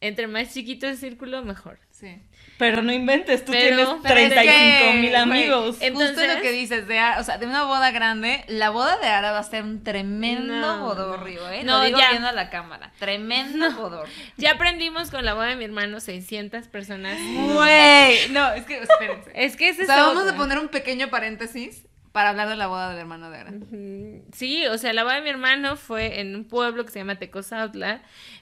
Speaker 1: entre más chiquito el círculo, mejor.
Speaker 4: Sí.
Speaker 3: Pero no inventes, tú
Speaker 1: Pero-
Speaker 3: tienes
Speaker 1: pero es
Speaker 3: 35 mil
Speaker 4: que,
Speaker 3: amigos.
Speaker 1: güey, Entonces-
Speaker 4: Justo lo que dices de Ara, o sea, de una boda grande, la boda de Ara va a ser un tremendo
Speaker 1: No,
Speaker 4: bodorrio, ¿eh?
Speaker 1: no.
Speaker 4: lo
Speaker 1: No,
Speaker 4: digo
Speaker 1: ya.
Speaker 4: viendo a la cámara. Tremendo bodorrio.
Speaker 1: Ya aprendimos con la boda de mi hermano 600 personas.
Speaker 4: Güey, no, es que espérense.
Speaker 1: Es que ese
Speaker 4: O sea,
Speaker 1: es
Speaker 4: vamos
Speaker 1: otro.
Speaker 4: a poner un pequeño paréntesis para hablar de la boda del hermano de Ara.
Speaker 1: Ujú. Mm, Sí, o sea, la boda de mi hermano fue en un pueblo que se llama Tecozautla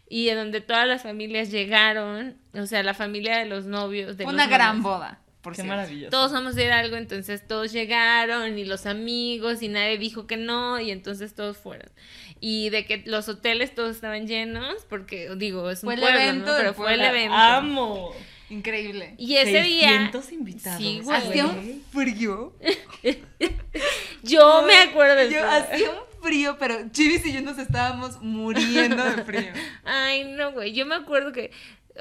Speaker 1: y en donde todas las familias llegaron, o sea, la familia de los novios. De
Speaker 4: Fue una
Speaker 1: los
Speaker 4: gran
Speaker 1: novios.
Speaker 4: boda, por
Speaker 3: Qué
Speaker 4: cierto.
Speaker 3: maravilloso.
Speaker 1: Todos somos de algo, entonces todos llegaron y los amigos y nadie dijo que no y entonces todos fueron. Y de que los hoteles todos estaban llenos porque, digo, es un
Speaker 4: Fue el
Speaker 1: pueblo, ¿no?
Speaker 4: evento del
Speaker 1: Pero fue el
Speaker 4: pueblo.
Speaker 1: evento.
Speaker 3: Amo.
Speaker 4: Increíble.
Speaker 1: y ese día
Speaker 3: 600 invitados.
Speaker 1: Sí, güey.
Speaker 4: Hacía un frío.
Speaker 1: yo me acuerdo de
Speaker 4: Yo
Speaker 1: eso.
Speaker 4: hacía un frío, pero Chivis y yo nos estábamos muriendo de frío.
Speaker 1: Ay, no, güey. Yo me acuerdo que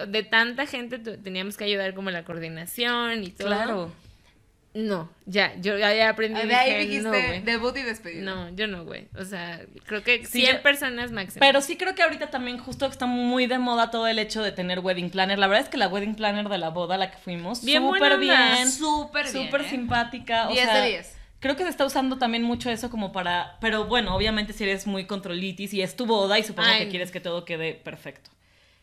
Speaker 1: de tanta gente tu- teníamos que ayudar como la coordinación y todo.
Speaker 3: Claro.
Speaker 1: No, ya, yo ya ya aprendí.
Speaker 4: De ahí
Speaker 1: dije,
Speaker 4: dijiste
Speaker 1: no, güey.
Speaker 4: debut y despedida.
Speaker 1: No, yo no, güey. O sea, creo que
Speaker 3: Sí,
Speaker 1: 100
Speaker 3: yo-
Speaker 1: personas máximo.
Speaker 3: Pero sí creo que ahorita también justo está muy de moda todo el hecho de tener wedding planner. La verdad es que la wedding planner de la boda, la que fuimos,
Speaker 1: Bien buena
Speaker 3: súper
Speaker 1: onda.
Speaker 3: bien.
Speaker 4: Súper bien.
Speaker 3: Súper
Speaker 4: ¿eh?
Speaker 3: simpática. o
Speaker 4: 10
Speaker 3: sea,
Speaker 4: de 10.
Speaker 3: Creo que se está usando también mucho eso como para... Pero bueno, obviamente si eres muy controlitis y es tu boda y supongo
Speaker 1: Ay,
Speaker 3: que
Speaker 1: no.
Speaker 3: quieres que todo quede perfecto.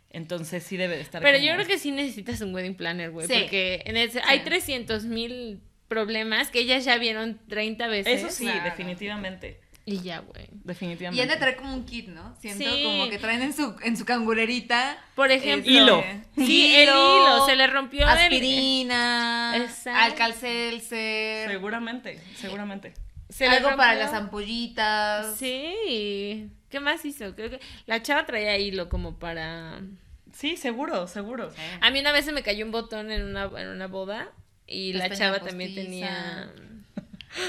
Speaker 3: Entonces sí debe de estar
Speaker 1: Pero
Speaker 3: como-
Speaker 1: yo creo que sí necesitas un wedding planner, güey.
Speaker 4: Sí.
Speaker 1: Porque en el- hay 300 mil problemas que ellas ya vieron 30 veces.
Speaker 3: Eso sí,
Speaker 4: Claro.
Speaker 3: definitivamente.
Speaker 1: Y ya, güey.
Speaker 4: Y han
Speaker 3: Definitivamente.
Speaker 4: de traer como un kit, ¿no? Siento
Speaker 1: Sí.
Speaker 4: como que traen en su, en su eh, cangurerita.
Speaker 1: Por ejemplo.
Speaker 3: Hilo.
Speaker 1: Sí, el Eh, hilo. Se le rompió el-
Speaker 4: Aspirina.
Speaker 1: Exacto.
Speaker 4: Alcalcelser.
Speaker 3: Seguramente, seguramente.
Speaker 1: se le
Speaker 4: algo para
Speaker 1: rompió-
Speaker 4: las ampollitas.
Speaker 1: Sí. ¿Qué más hizo? Creo que la chava traía hilo como para...
Speaker 3: Sí, seguro, seguro.
Speaker 4: Eh,
Speaker 1: A mí una vez se me cayó un botón en una, en una boda y la
Speaker 4: Pestaña
Speaker 1: chava
Speaker 4: postiza.
Speaker 1: también tenía...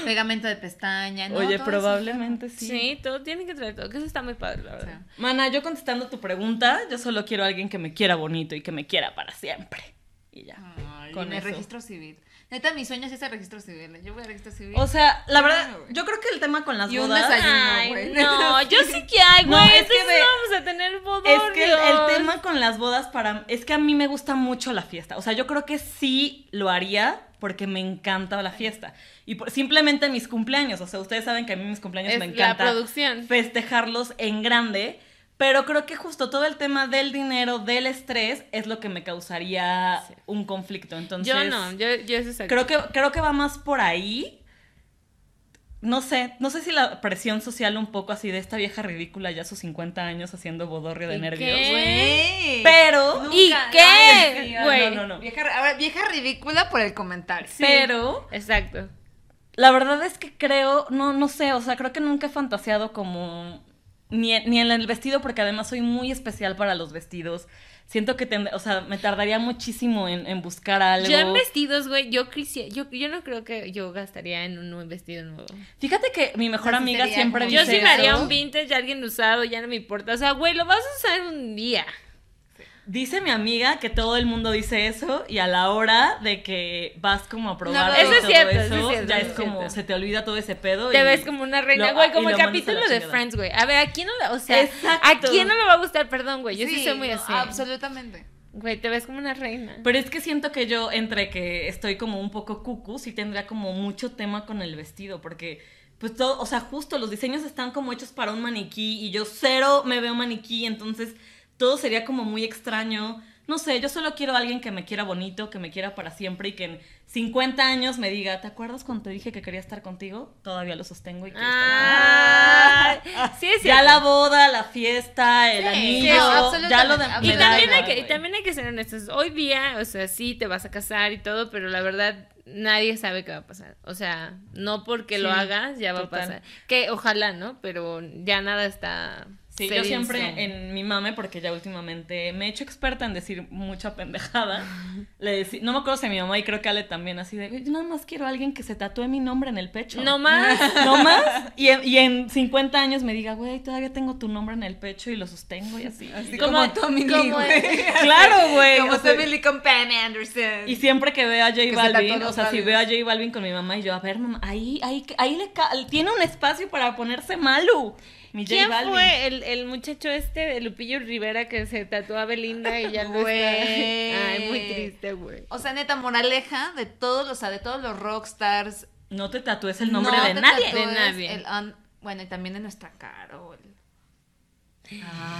Speaker 4: Pegamento de pestaña. ¿no?
Speaker 3: Oye,
Speaker 4: Todo eso.
Speaker 3: probablemente
Speaker 1: Sí.
Speaker 3: sí.
Speaker 1: todo tiene que traer todo, que eso está muy padre, la
Speaker 4: O
Speaker 1: verdad.
Speaker 4: sea,
Speaker 3: Mana, yo contestando tu pregunta, yo solo quiero a alguien que me quiera bonito y que me quiera para siempre. Y ya.
Speaker 4: ay,
Speaker 3: Con
Speaker 4: en el
Speaker 3: eso.
Speaker 4: registro civil. Neta, mi sueño es ese registro civil. ¿eh? Yo voy al registro civil.
Speaker 3: O sea, la
Speaker 4: Qué
Speaker 3: verdad,
Speaker 4: bueno, güey.
Speaker 3: yo creo que el tema con las
Speaker 4: Y un
Speaker 3: bodas
Speaker 4: desayuno.
Speaker 1: Ay,
Speaker 4: güey.
Speaker 1: no, yo sí que hay,
Speaker 3: No,
Speaker 1: güey,
Speaker 3: es que
Speaker 1: entonces
Speaker 3: de-
Speaker 1: no vamos a tener bodorrios.
Speaker 3: es que el, el tema con las bodas para es que a mí me gusta mucho la fiesta. O sea, yo creo que sí lo haría porque me encanta la fiesta. Y por- simplemente mis cumpleaños, o sea, ustedes saben que a mí mis cumpleaños
Speaker 1: Es
Speaker 3: me
Speaker 1: la
Speaker 3: encanta
Speaker 1: producción.
Speaker 3: festejarlos en grande, Pero creo que justo todo el tema del dinero, del estrés, es lo que me causaría
Speaker 1: Sí.
Speaker 3: un conflicto. Entonces,
Speaker 1: Yo no, yo, yo eso es algo-
Speaker 3: creo que, creo que va más por ahí. No sé, no sé si la presión social un poco así de esta vieja ridícula ya a sus 50 años haciendo bodorrio de
Speaker 1: ¿Y
Speaker 3: nervios.
Speaker 1: qué? ¿eh?
Speaker 4: Güey.
Speaker 3: Pero,
Speaker 1: ¿Y
Speaker 4: Nunca,
Speaker 1: qué?
Speaker 4: no, sí,
Speaker 3: no,
Speaker 1: Güey.
Speaker 3: no, no, no.
Speaker 4: Vieja, ahora, vieja ridícula por el comentario.
Speaker 3: pero
Speaker 1: Exacto.
Speaker 3: La verdad es que creo, no, no sé, o sea, creo que nunca he fantaseado como ni, en- ni en el vestido, porque además soy muy especial para los vestidos. Siento que, tend- o sea, me tardaría muchísimo en, en buscar algo.
Speaker 1: Yo en vestidos, güey, yo, quisi- yo, yo no creo que yo gastaría en un nuevo vestido nuevo.
Speaker 3: Fíjate que mi mejor
Speaker 4: Así
Speaker 3: amiga
Speaker 4: sería
Speaker 3: siempre
Speaker 4: como-
Speaker 1: Yo
Speaker 3: dice
Speaker 1: sí me haría
Speaker 3: eso.
Speaker 1: un vintage, alguien usado, ya no me importa. O sea, güey, lo vas a usar un día.
Speaker 3: Dice mi amiga que todo el mundo dice eso y a la hora de que vas como a probar
Speaker 4: eso
Speaker 3: todo
Speaker 4: es
Speaker 1: cierto, eso es cierto,
Speaker 3: ya
Speaker 1: eso
Speaker 3: es
Speaker 1: es
Speaker 3: como,
Speaker 1: cierto.
Speaker 3: se te olvida todo ese pedo.
Speaker 1: Te
Speaker 3: y-
Speaker 1: ves como una reina,
Speaker 3: lo- ah,
Speaker 1: güey,
Speaker 3: y
Speaker 1: como el
Speaker 3: lo mandas a la
Speaker 1: capítulo de
Speaker 3: chingada.
Speaker 1: Friends, güey. A ver, ¿a quién no le, o sea, ¿a
Speaker 3: Exacto.
Speaker 1: quién no le va a gustar? Perdón, güey, yo sí, soy muy
Speaker 4: no,
Speaker 1: así.
Speaker 4: Absolutamente.
Speaker 1: Güey, te ves como una reina.
Speaker 3: Pero es que siento que yo, entre que estoy como un poco cucú, sí tendría como mucho tema con el vestido, porque pues todo, o sea, justo los diseños están como hechos para un maniquí y yo cero me veo maniquí, entonces todo sería como muy extraño. No sé, yo solo quiero a alguien que me quiera bonito, que me quiera para siempre y que en 50 años me diga, ¿te acuerdas cuando te dije que quería estar contigo? Todavía lo sostengo y quiero estar contigo".
Speaker 1: Ah, sí es
Speaker 3: Ya
Speaker 1: cierto.
Speaker 3: la boda, la fiesta, el
Speaker 4: Sí,
Speaker 3: anillo,
Speaker 4: no,
Speaker 3: ya
Speaker 4: absolutamente,
Speaker 3: lo de
Speaker 1: Y
Speaker 3: me da
Speaker 1: también hay,
Speaker 3: igual,
Speaker 1: que,
Speaker 3: güey.
Speaker 1: también hay que ser honestos. Hoy día, o sea, sí te vas a casar y todo, pero la verdad nadie sabe qué va a pasar. O sea, no porque lo
Speaker 3: Sí,
Speaker 1: hagas ya va
Speaker 3: total.
Speaker 1: a pasar. Que ojalá, ¿no? Pero ya nada está.
Speaker 3: Sí,
Speaker 1: set
Speaker 3: yo
Speaker 1: in
Speaker 3: siempre
Speaker 1: stone.
Speaker 3: en mi mame, porque ya últimamente me he hecho experta en decir mucha pendejada. Le decí- no me acuerdo si a mi mamá y creo que Ale también, así de, yo nada más quiero a alguien que se tatúe mi nombre en el pecho.
Speaker 1: No más.
Speaker 3: No más. Y en, y en 50 años me diga, güey, todavía tengo tu nombre en el pecho y lo sostengo y así.
Speaker 4: Así
Speaker 1: Como-
Speaker 4: como Tommy Lee,
Speaker 1: como-
Speaker 4: güey.
Speaker 3: Claro, güey.
Speaker 4: Como
Speaker 3: o sea,
Speaker 4: Tommy Lee con Pam Anderson.
Speaker 3: y siempre que veo a J
Speaker 4: Que se tatúa
Speaker 3: Balvin,
Speaker 4: los
Speaker 3: o sea, si
Speaker 4: labios.
Speaker 3: veo a J Balvin con mi mamá y yo, a ver, mamá, ahí, ahí, ahí le ca- tiene un espacio para ponerse malo. Mi J
Speaker 1: ¿Quién
Speaker 3: Balvin.
Speaker 1: fue el, el muchacho este, el Lupillo Rivera, que se tatuó a Belinda y ya no
Speaker 4: Güey.
Speaker 1: está? Ay, muy triste, güey.
Speaker 4: O sea, neta, moraleja de todos, los- o sea, de todos los rockstars.
Speaker 3: No te tatúes el nombre
Speaker 4: no
Speaker 3: de
Speaker 4: te
Speaker 3: nadie.
Speaker 4: tatúes
Speaker 1: De nadie.
Speaker 4: el un- bueno, y también de nuestra Carol.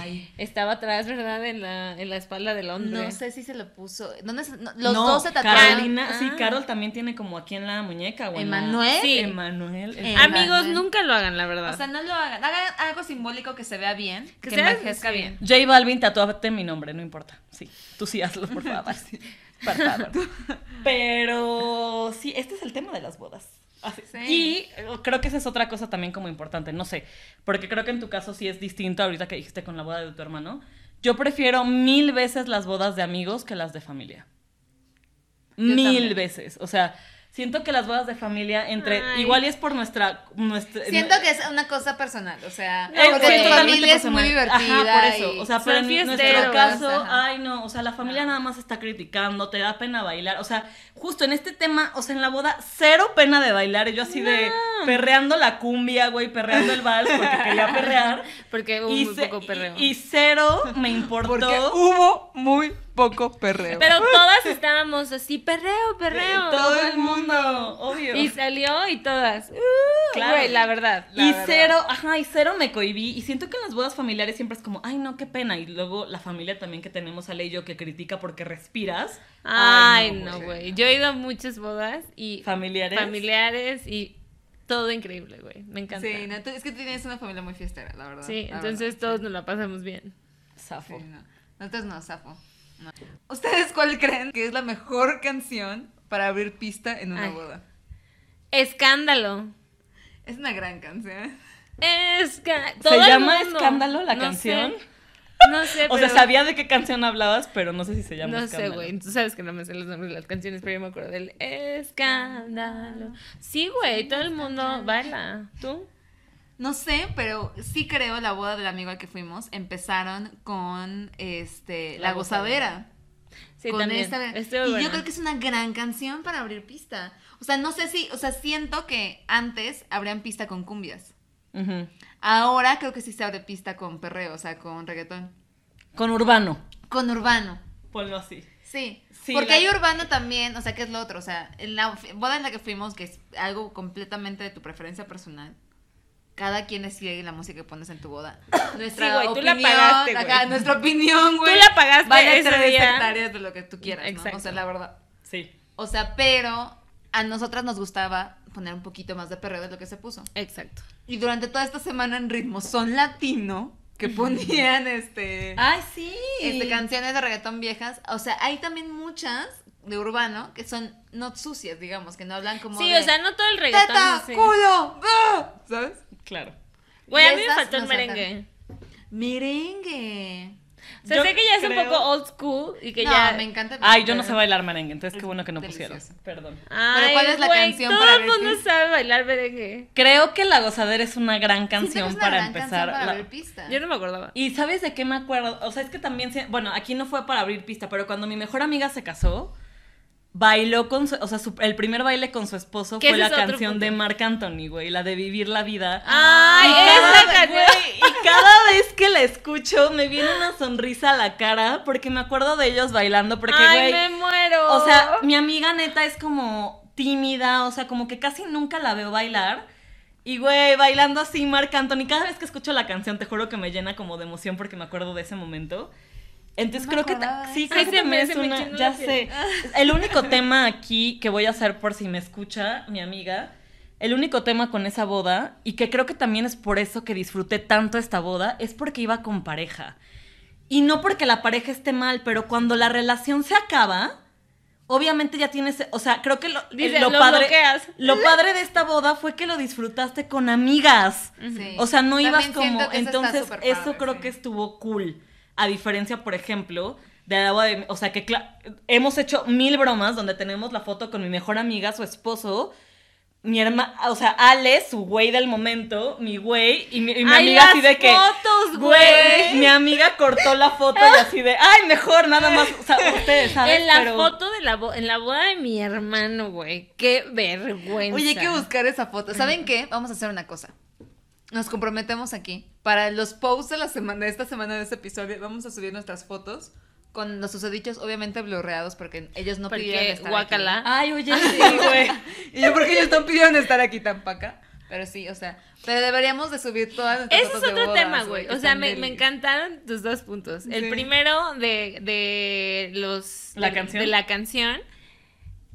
Speaker 4: Ay.
Speaker 1: Estaba atrás, ¿verdad? En la, en la espalda del hombre.
Speaker 4: No sé si se lo puso. ¿Dónde se- no, los
Speaker 3: No,
Speaker 4: dos se tatuaron.
Speaker 3: Carolina,
Speaker 1: Ah.
Speaker 3: sí, Carol también tiene como aquí en la muñeca, güey.
Speaker 4: ¿Emanuel?
Speaker 1: Sí.
Speaker 3: Emanuel.
Speaker 4: Eh.
Speaker 1: Amigos,
Speaker 4: Ajá.
Speaker 1: nunca lo hagan, la verdad.
Speaker 4: O sea, no lo hagan. Hagan algo simbólico que se vea bien.
Speaker 1: Que
Speaker 4: Que,
Speaker 1: sea-
Speaker 4: envejezca
Speaker 1: sí.
Speaker 4: bien.
Speaker 3: J Balvin, tatúate mi nombre, no importa. Sí, tú sí hazlo, por favor. Por favor. Pero sí, este es el tema de las bodas. Así.
Speaker 4: Sí.
Speaker 3: Y eh, creo que esa es otra cosa también como importante, no sé, porque creo que en tu caso sí es distinto ahorita que dijiste con la boda de tu hermano. Yo prefiero mil veces las bodas de amigos que las de familia.
Speaker 4: Yo
Speaker 3: mil
Speaker 4: también.
Speaker 3: veces. O sea, siento que las bodas de familia entre...
Speaker 1: Ay.
Speaker 3: Igual y es por nuestra... nuestra
Speaker 4: Siento que es una cosa personal, o sea,
Speaker 1: Eh,
Speaker 4: porque
Speaker 1: sí,
Speaker 4: tu
Speaker 1: totalmente
Speaker 4: familia es muy
Speaker 3: personal.
Speaker 4: divertida.
Speaker 3: Ajá, por eso.
Speaker 4: y-
Speaker 3: O sea,
Speaker 1: Son
Speaker 3: pero en mi- nuestro
Speaker 1: fiesteros,
Speaker 3: caso,
Speaker 4: ajá.
Speaker 3: ay no, o sea, la familia nada más está criticando, te da pena bailar. O sea, justo en este tema, o sea, en la boda, cero pena de bailar. Y yo así de perreando la cumbia, güey, perreando el vals porque quería perrear.
Speaker 1: Porque hubo
Speaker 3: y,
Speaker 1: muy
Speaker 3: ce-
Speaker 1: poco perreo.
Speaker 3: y- y cero me importó.
Speaker 5: Porque hubo muy poco perreo.
Speaker 1: Pero todas estábamos así, perreo, perreo.
Speaker 3: todo el mundo, obvio.
Speaker 1: Y salió y todas. uh,
Speaker 3: Claro.
Speaker 1: güey, la verdad. la
Speaker 3: y
Speaker 1: verdad.
Speaker 3: cero, ajá, y cero me cohibí. Y siento que en las bodas familiares siempre es como, ay, no, qué pena. Y luego la familia también que tenemos a y yo que critica porque respiras.
Speaker 1: Ay, no, güey. Yo he ido a muchas bodas y
Speaker 3: Familiares.
Speaker 1: familiares y todo increíble, güey. Me encanta.
Speaker 4: Sí, no, tú- es que tienes una familia muy fiestera, la verdad.
Speaker 1: Sí,
Speaker 4: la
Speaker 1: entonces
Speaker 4: verdad,
Speaker 1: todos nos la pasamos bien.
Speaker 3: Zafo.
Speaker 4: sí, no. Nosotros no, zafo. no. ¿Ustedes cuál creen que es la mejor canción para abrir pista en una
Speaker 1: Ay.
Speaker 4: boda?
Speaker 1: Escándalo.
Speaker 4: Es una gran canción.
Speaker 1: Esca-
Speaker 3: ¿Se
Speaker 1: todo el
Speaker 3: llama
Speaker 1: mundo.
Speaker 3: Escándalo la
Speaker 1: No
Speaker 3: canción?
Speaker 1: sé. No sé,
Speaker 3: O
Speaker 1: pero-
Speaker 3: sea, sabía de qué canción hablabas, pero no sé si se llama
Speaker 1: No sé,
Speaker 3: Escándalo.
Speaker 1: güey. Tú sabes que no me sé los nombres de las canciones, pero yo me acuerdo del escándalo. Sí, güey, todo el mundo baila. ¿Tú?
Speaker 4: No sé, pero sí creo la boda del amigo al que fuimos empezaron con este
Speaker 1: La
Speaker 4: La, gozadera.
Speaker 1: Sí,
Speaker 4: con
Speaker 1: también.
Speaker 4: esta-
Speaker 1: Estuvo
Speaker 4: y
Speaker 1: buena.
Speaker 4: yo creo que es una gran canción para abrir pista. O sea, no sé si, o sea, siento que antes abrían pista con cumbias.
Speaker 3: Ujú.
Speaker 4: Ahora creo que sí se abre pista con perreo, o sea, con reggaetón.
Speaker 3: Con Urbano.
Speaker 4: Con urbano.
Speaker 3: Ponlo así.
Speaker 4: Sí,
Speaker 3: Sí,
Speaker 4: porque
Speaker 3: la-
Speaker 4: hay urbano también, o sea, que es lo otro, o sea, en la f- boda en la que fuimos, que es algo completamente de tu preferencia personal, Cada quien es fiel en la música que pones en tu boda.
Speaker 3: Sí,
Speaker 4: Nuestra
Speaker 3: güey, tú la
Speaker 4: opinión,
Speaker 3: pagaste, güey.
Speaker 4: acá, nuestra opinión, güey.
Speaker 3: la pagaste
Speaker 4: Vale a
Speaker 3: ese
Speaker 4: tres
Speaker 3: día.
Speaker 4: hectáreas de lo que tú quieras, ¿no?
Speaker 3: Exacto.
Speaker 4: O sea, la verdad.
Speaker 3: Sí.
Speaker 4: O sea, pero a nosotras nos gustaba poner un poquito más de perreo de lo que se puso.
Speaker 3: Exacto.
Speaker 4: Y durante toda esta semana en ritmo son latino que ponían este,
Speaker 3: Ay, sí.
Speaker 4: este canciones de reggaetón viejas. O sea, hay también muchas de urbano que son no sucias, digamos, que no hablan como
Speaker 1: Sí,
Speaker 4: de
Speaker 1: o sea, no todo el reggaetón.
Speaker 4: teta,
Speaker 1: así.
Speaker 4: culo, ¡ah! ¿sabes?
Speaker 3: Claro.
Speaker 1: Güey, a
Speaker 4: Y
Speaker 1: mí me
Speaker 4: esas
Speaker 1: faltó el
Speaker 4: nos faltan.
Speaker 1: merengue.
Speaker 4: Merengue.
Speaker 1: O sea,
Speaker 3: Yo
Speaker 1: sé que ya es un
Speaker 3: creo-
Speaker 1: poco old school y que
Speaker 4: no,
Speaker 1: ya.
Speaker 4: me encanta. el
Speaker 3: Ay, yo no
Speaker 4: merengue.
Speaker 3: sé bailar merengue, entonces qué bueno que no
Speaker 4: Delicioso.
Speaker 3: pusieron. Perdón.
Speaker 1: Ay,
Speaker 4: ¿cuál es la
Speaker 1: güey,
Speaker 4: canción
Speaker 1: Todo
Speaker 4: para
Speaker 1: el
Speaker 4: ver
Speaker 1: mundo
Speaker 4: pis?
Speaker 1: sabe bailar merengue.
Speaker 3: Creo que La Gozadera es una gran
Speaker 4: Siento que
Speaker 3: canción
Speaker 4: es una
Speaker 3: para
Speaker 4: gran
Speaker 3: empezar.
Speaker 4: canción para
Speaker 3: la-
Speaker 4: abrir pista.
Speaker 1: Yo no me acordaba.
Speaker 3: Y sabes de qué me acuerdo? O sea, es que también, se- bueno, aquí no fue para abrir pista, pero cuando mi mejor amiga se casó, bailó con su, o sea, su- el primer baile con su esposo
Speaker 1: Que
Speaker 3: fue
Speaker 1: ese
Speaker 3: la
Speaker 1: es otro
Speaker 3: canción
Speaker 1: punto. Ah,
Speaker 3: de Marc Anthony, güey, la de Vivir la Vida.
Speaker 4: Ah,
Speaker 1: Ay,
Speaker 3: Y cada-
Speaker 1: esa canción.
Speaker 3: güey, y cada vez que la escucho me viene una sonrisa a la cara porque me acuerdo de ellos bailando porque
Speaker 1: Ay,
Speaker 3: güey,
Speaker 1: me muero.
Speaker 3: o sea, mi amiga neta es como tímida, o sea, como que casi nunca la veo bailar. Y güey, bailando así Marc Anthony, cada vez que escucho la canción te juro que me llena como de emoción porque me acuerdo de ese momento. Entonces
Speaker 4: No me
Speaker 3: creo que ta-
Speaker 4: acordaba de
Speaker 3: sí,
Speaker 4: eso.
Speaker 3: creo
Speaker 1: Ay,
Speaker 3: que
Speaker 1: se me-
Speaker 3: también es
Speaker 1: se me
Speaker 3: una-
Speaker 1: enchinó
Speaker 3: ya
Speaker 1: la
Speaker 3: sé.
Speaker 1: piel.
Speaker 3: El único tema aquí que voy a hacer por si me escucha mi amiga, el único tema con esa boda y que creo que también es por eso que disfruté tanto esta boda es porque iba con pareja. Y no porque la pareja esté mal, pero cuando la relación se acaba, obviamente ya tienes, o sea, creo que lo, eh,
Speaker 1: Dice,
Speaker 3: lo
Speaker 1: lo
Speaker 3: padre
Speaker 1: bloqueas.
Speaker 3: lo padre de esta boda fue que lo disfrutaste con amigas.
Speaker 4: Sí.
Speaker 3: O sea, no ibas
Speaker 4: También
Speaker 3: como.
Speaker 4: siento que eso está
Speaker 3: Entonces,
Speaker 4: súper
Speaker 3: eso
Speaker 4: padre,
Speaker 3: creo
Speaker 4: sí.
Speaker 3: que estuvo cool. A diferencia, por ejemplo, de la boda de. O sea, que cla- hemos hecho mil bromas donde tenemos la foto con mi mejor amiga, su esposo. Mi hermana, o sea, Ale, su güey del momento, mi güey, y mi, y mi
Speaker 1: Ay,
Speaker 3: amiga
Speaker 1: las
Speaker 3: así de que.
Speaker 1: fotos, güey.
Speaker 3: Mi amiga cortó la foto y así de, ay, mejor, nada más. O sea, ustedes saben.
Speaker 1: en la
Speaker 3: pero...
Speaker 1: foto de la bo- en la boda de mi hermano, güey. Qué vergüenza.
Speaker 4: Oye, hay que buscar esa foto. ¿Saben qué? Vamos a hacer una cosa. Nos comprometemos aquí. Para los posts de la semana, de esta semana de este episodio, vamos a subir nuestras fotos con los susodichos, obviamente blurreados, porque ellos no pidieron
Speaker 1: porque
Speaker 4: estar
Speaker 1: guacala.
Speaker 3: Ay, oye, Ah, sí, güey.
Speaker 4: aquí. Y yo porque ellos no pidieron estar aquí tan paca. Pero sí, o sea, pero deberíamos de subir todas nuestras
Speaker 1: Ese es
Speaker 4: fotos de
Speaker 1: otro
Speaker 4: bodas,
Speaker 1: tema, güey.
Speaker 4: que
Speaker 1: O sea,
Speaker 4: son
Speaker 1: me,
Speaker 4: del-
Speaker 1: me encantaron tus dos puntos. El
Speaker 4: Sí.
Speaker 1: primero de, de los
Speaker 3: ¿La
Speaker 1: de,
Speaker 3: canción?
Speaker 1: de la canción.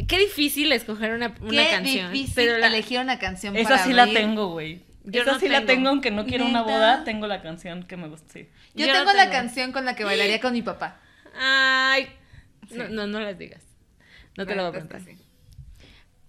Speaker 1: Qué difícil escoger una,
Speaker 4: Qué
Speaker 1: una canción.
Speaker 4: difícil
Speaker 1: pero la-
Speaker 4: elegir una canción
Speaker 3: Esa
Speaker 4: para
Speaker 3: sí la
Speaker 4: abrir.
Speaker 3: tengo, güey.
Speaker 1: Yo
Speaker 3: Esa
Speaker 1: no
Speaker 3: sí la
Speaker 1: tengo.
Speaker 3: tengo, aunque no quiero una
Speaker 4: ¿Neta?
Speaker 3: boda, tengo la canción que me gusta. Sí.
Speaker 4: Yo,
Speaker 1: Yo no
Speaker 4: tengo, la
Speaker 1: tengo.
Speaker 4: canción con la que bailaría con mi papá.
Speaker 1: Ay, no, no, no las digas. No te lo voy a
Speaker 3: pues,
Speaker 4: Entonces,
Speaker 1: preguntar.
Speaker 4: pues sí.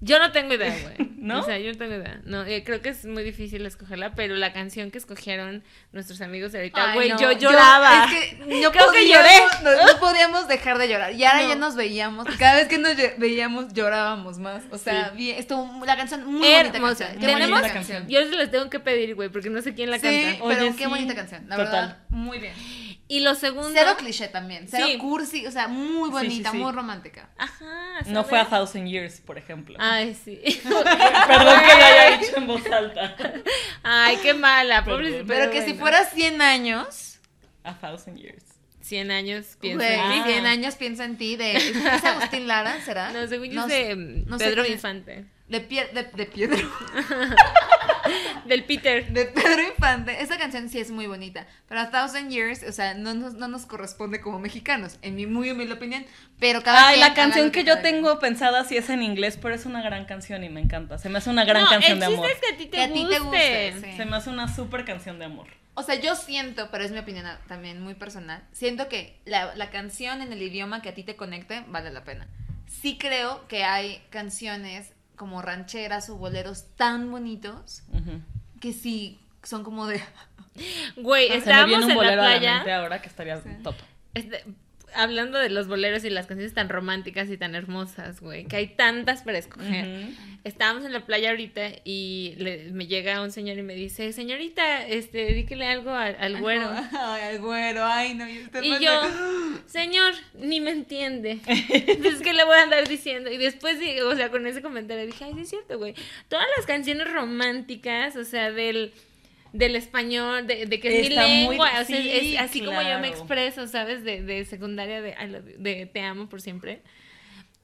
Speaker 1: Yo no tengo idea, güey.
Speaker 3: ¿No?
Speaker 1: O sea, yo no tengo idea. No, eh, creo que es muy difícil escogerla, pero la canción que escogieron nuestros amigos de ahorita,
Speaker 4: Ay,
Speaker 1: Ah, güey,
Speaker 4: no,
Speaker 1: yo lloraba.
Speaker 4: es que no
Speaker 1: Creo que
Speaker 4: podíamos- No, no podíamos dejar de llorar. Y ahora
Speaker 1: No.
Speaker 4: ya nos veíamos. y Cada vez que nos lle- veíamos llorábamos más. O sea, bien, estuvo la canción muy
Speaker 1: Hermosa.
Speaker 4: bonita. Canción. Qué
Speaker 1: Tenemos-
Speaker 4: bonita
Speaker 3: Bonita
Speaker 4: canción.
Speaker 1: Yo se las tengo que pedir, güey, porque no sé quién la
Speaker 4: sí,
Speaker 1: canta.
Speaker 4: pero
Speaker 3: Oye,
Speaker 4: qué
Speaker 3: sí,
Speaker 4: bonita canción. La
Speaker 3: total.
Speaker 4: verdad, muy bien.
Speaker 1: Y lo segundo.
Speaker 4: Cero cliché también. Cero
Speaker 1: Sí.
Speaker 4: cursi. O sea, muy
Speaker 3: Sí, sí,
Speaker 4: bonita,
Speaker 3: sí.
Speaker 4: muy romántica.
Speaker 1: Ajá.
Speaker 3: No
Speaker 1: ¿sabes? Ah.
Speaker 3: fue a Thousand Years, por ejemplo.
Speaker 1: Ay, sí.
Speaker 3: Perdón que lo haya dicho en voz alta.
Speaker 1: Ay, qué mala. Pobre,
Speaker 3: Perdón.
Speaker 4: Pero, que si fuera 100 años.
Speaker 3: A Thousand Years.
Speaker 1: 100 años, pienso.
Speaker 4: Güey,
Speaker 1: en ti.
Speaker 3: Ah.
Speaker 4: 100 años piensa en ti. De, ¿Es Agustín Lara? ¿Será?
Speaker 1: No, según yo es
Speaker 4: sé,
Speaker 1: de
Speaker 4: Ah, no sé
Speaker 1: Pedro
Speaker 4: quién es.
Speaker 1: Infante.
Speaker 4: De, Pier- de, de Piedro.
Speaker 1: Del Peter.
Speaker 4: De Pedro Infante. Esa canción sí es muy bonita. Pero A Thousand Years, o sea, no nos, no nos corresponde como mexicanos, en mi muy humilde opinión. Pero
Speaker 1: Ah,
Speaker 4: cada
Speaker 3: Ay,
Speaker 4: quien
Speaker 3: la
Speaker 4: haga
Speaker 3: canción
Speaker 4: lo
Speaker 3: que yo
Speaker 4: pueda.
Speaker 3: tengo pensada sí es en inglés, pero es una gran canción y me encanta. Se me hace una gran
Speaker 1: no,
Speaker 3: canción
Speaker 1: el
Speaker 3: de
Speaker 1: chiste
Speaker 3: amor.
Speaker 1: es que a ti te
Speaker 4: Que a ti te
Speaker 1: guste.
Speaker 4: guste, sí.
Speaker 3: Se me hace una súper canción de amor.
Speaker 4: O sea, yo siento, pero es mi opinión a- también muy personal, siento que la, la canción en el idioma que a ti te conecte vale la pena. Sí creo que hay canciones como rancheras o boleros tan bonitos
Speaker 3: Ujú.
Speaker 4: que sí son como de...
Speaker 1: Güey,
Speaker 3: Ah, Se me
Speaker 1: estábamos
Speaker 3: viene un
Speaker 1: en la
Speaker 3: bolero a la
Speaker 1: playa.
Speaker 3: mente ahora que estaría top.
Speaker 1: Este, hablando de los boleros y las canciones tan románticas y tan hermosas, güey, que hay tantas para escoger.
Speaker 3: Ujú.
Speaker 1: Estábamos en la playa ahorita y le- me llega un señor y me dice, señorita, este, dedíquele algo al, al güero.
Speaker 4: Ay, al güero, ay, no. Y, usted
Speaker 1: Y
Speaker 4: no-
Speaker 1: yo, señor, ni me entiende. Entonces, ¿qué le voy a andar diciendo? Y después, sí, o sea, con ese comentario dije, ay, sí es cierto, güey. Todas las canciones románticas, o sea, del, del español, de, de que es
Speaker 3: Está
Speaker 1: mi
Speaker 3: muy-
Speaker 1: lengua, o sea, es-
Speaker 3: sí,
Speaker 1: es así como yo
Speaker 3: claro.
Speaker 1: me expreso, ¿sabes? De, de secundaria, de, I love you, de te amo por siempre.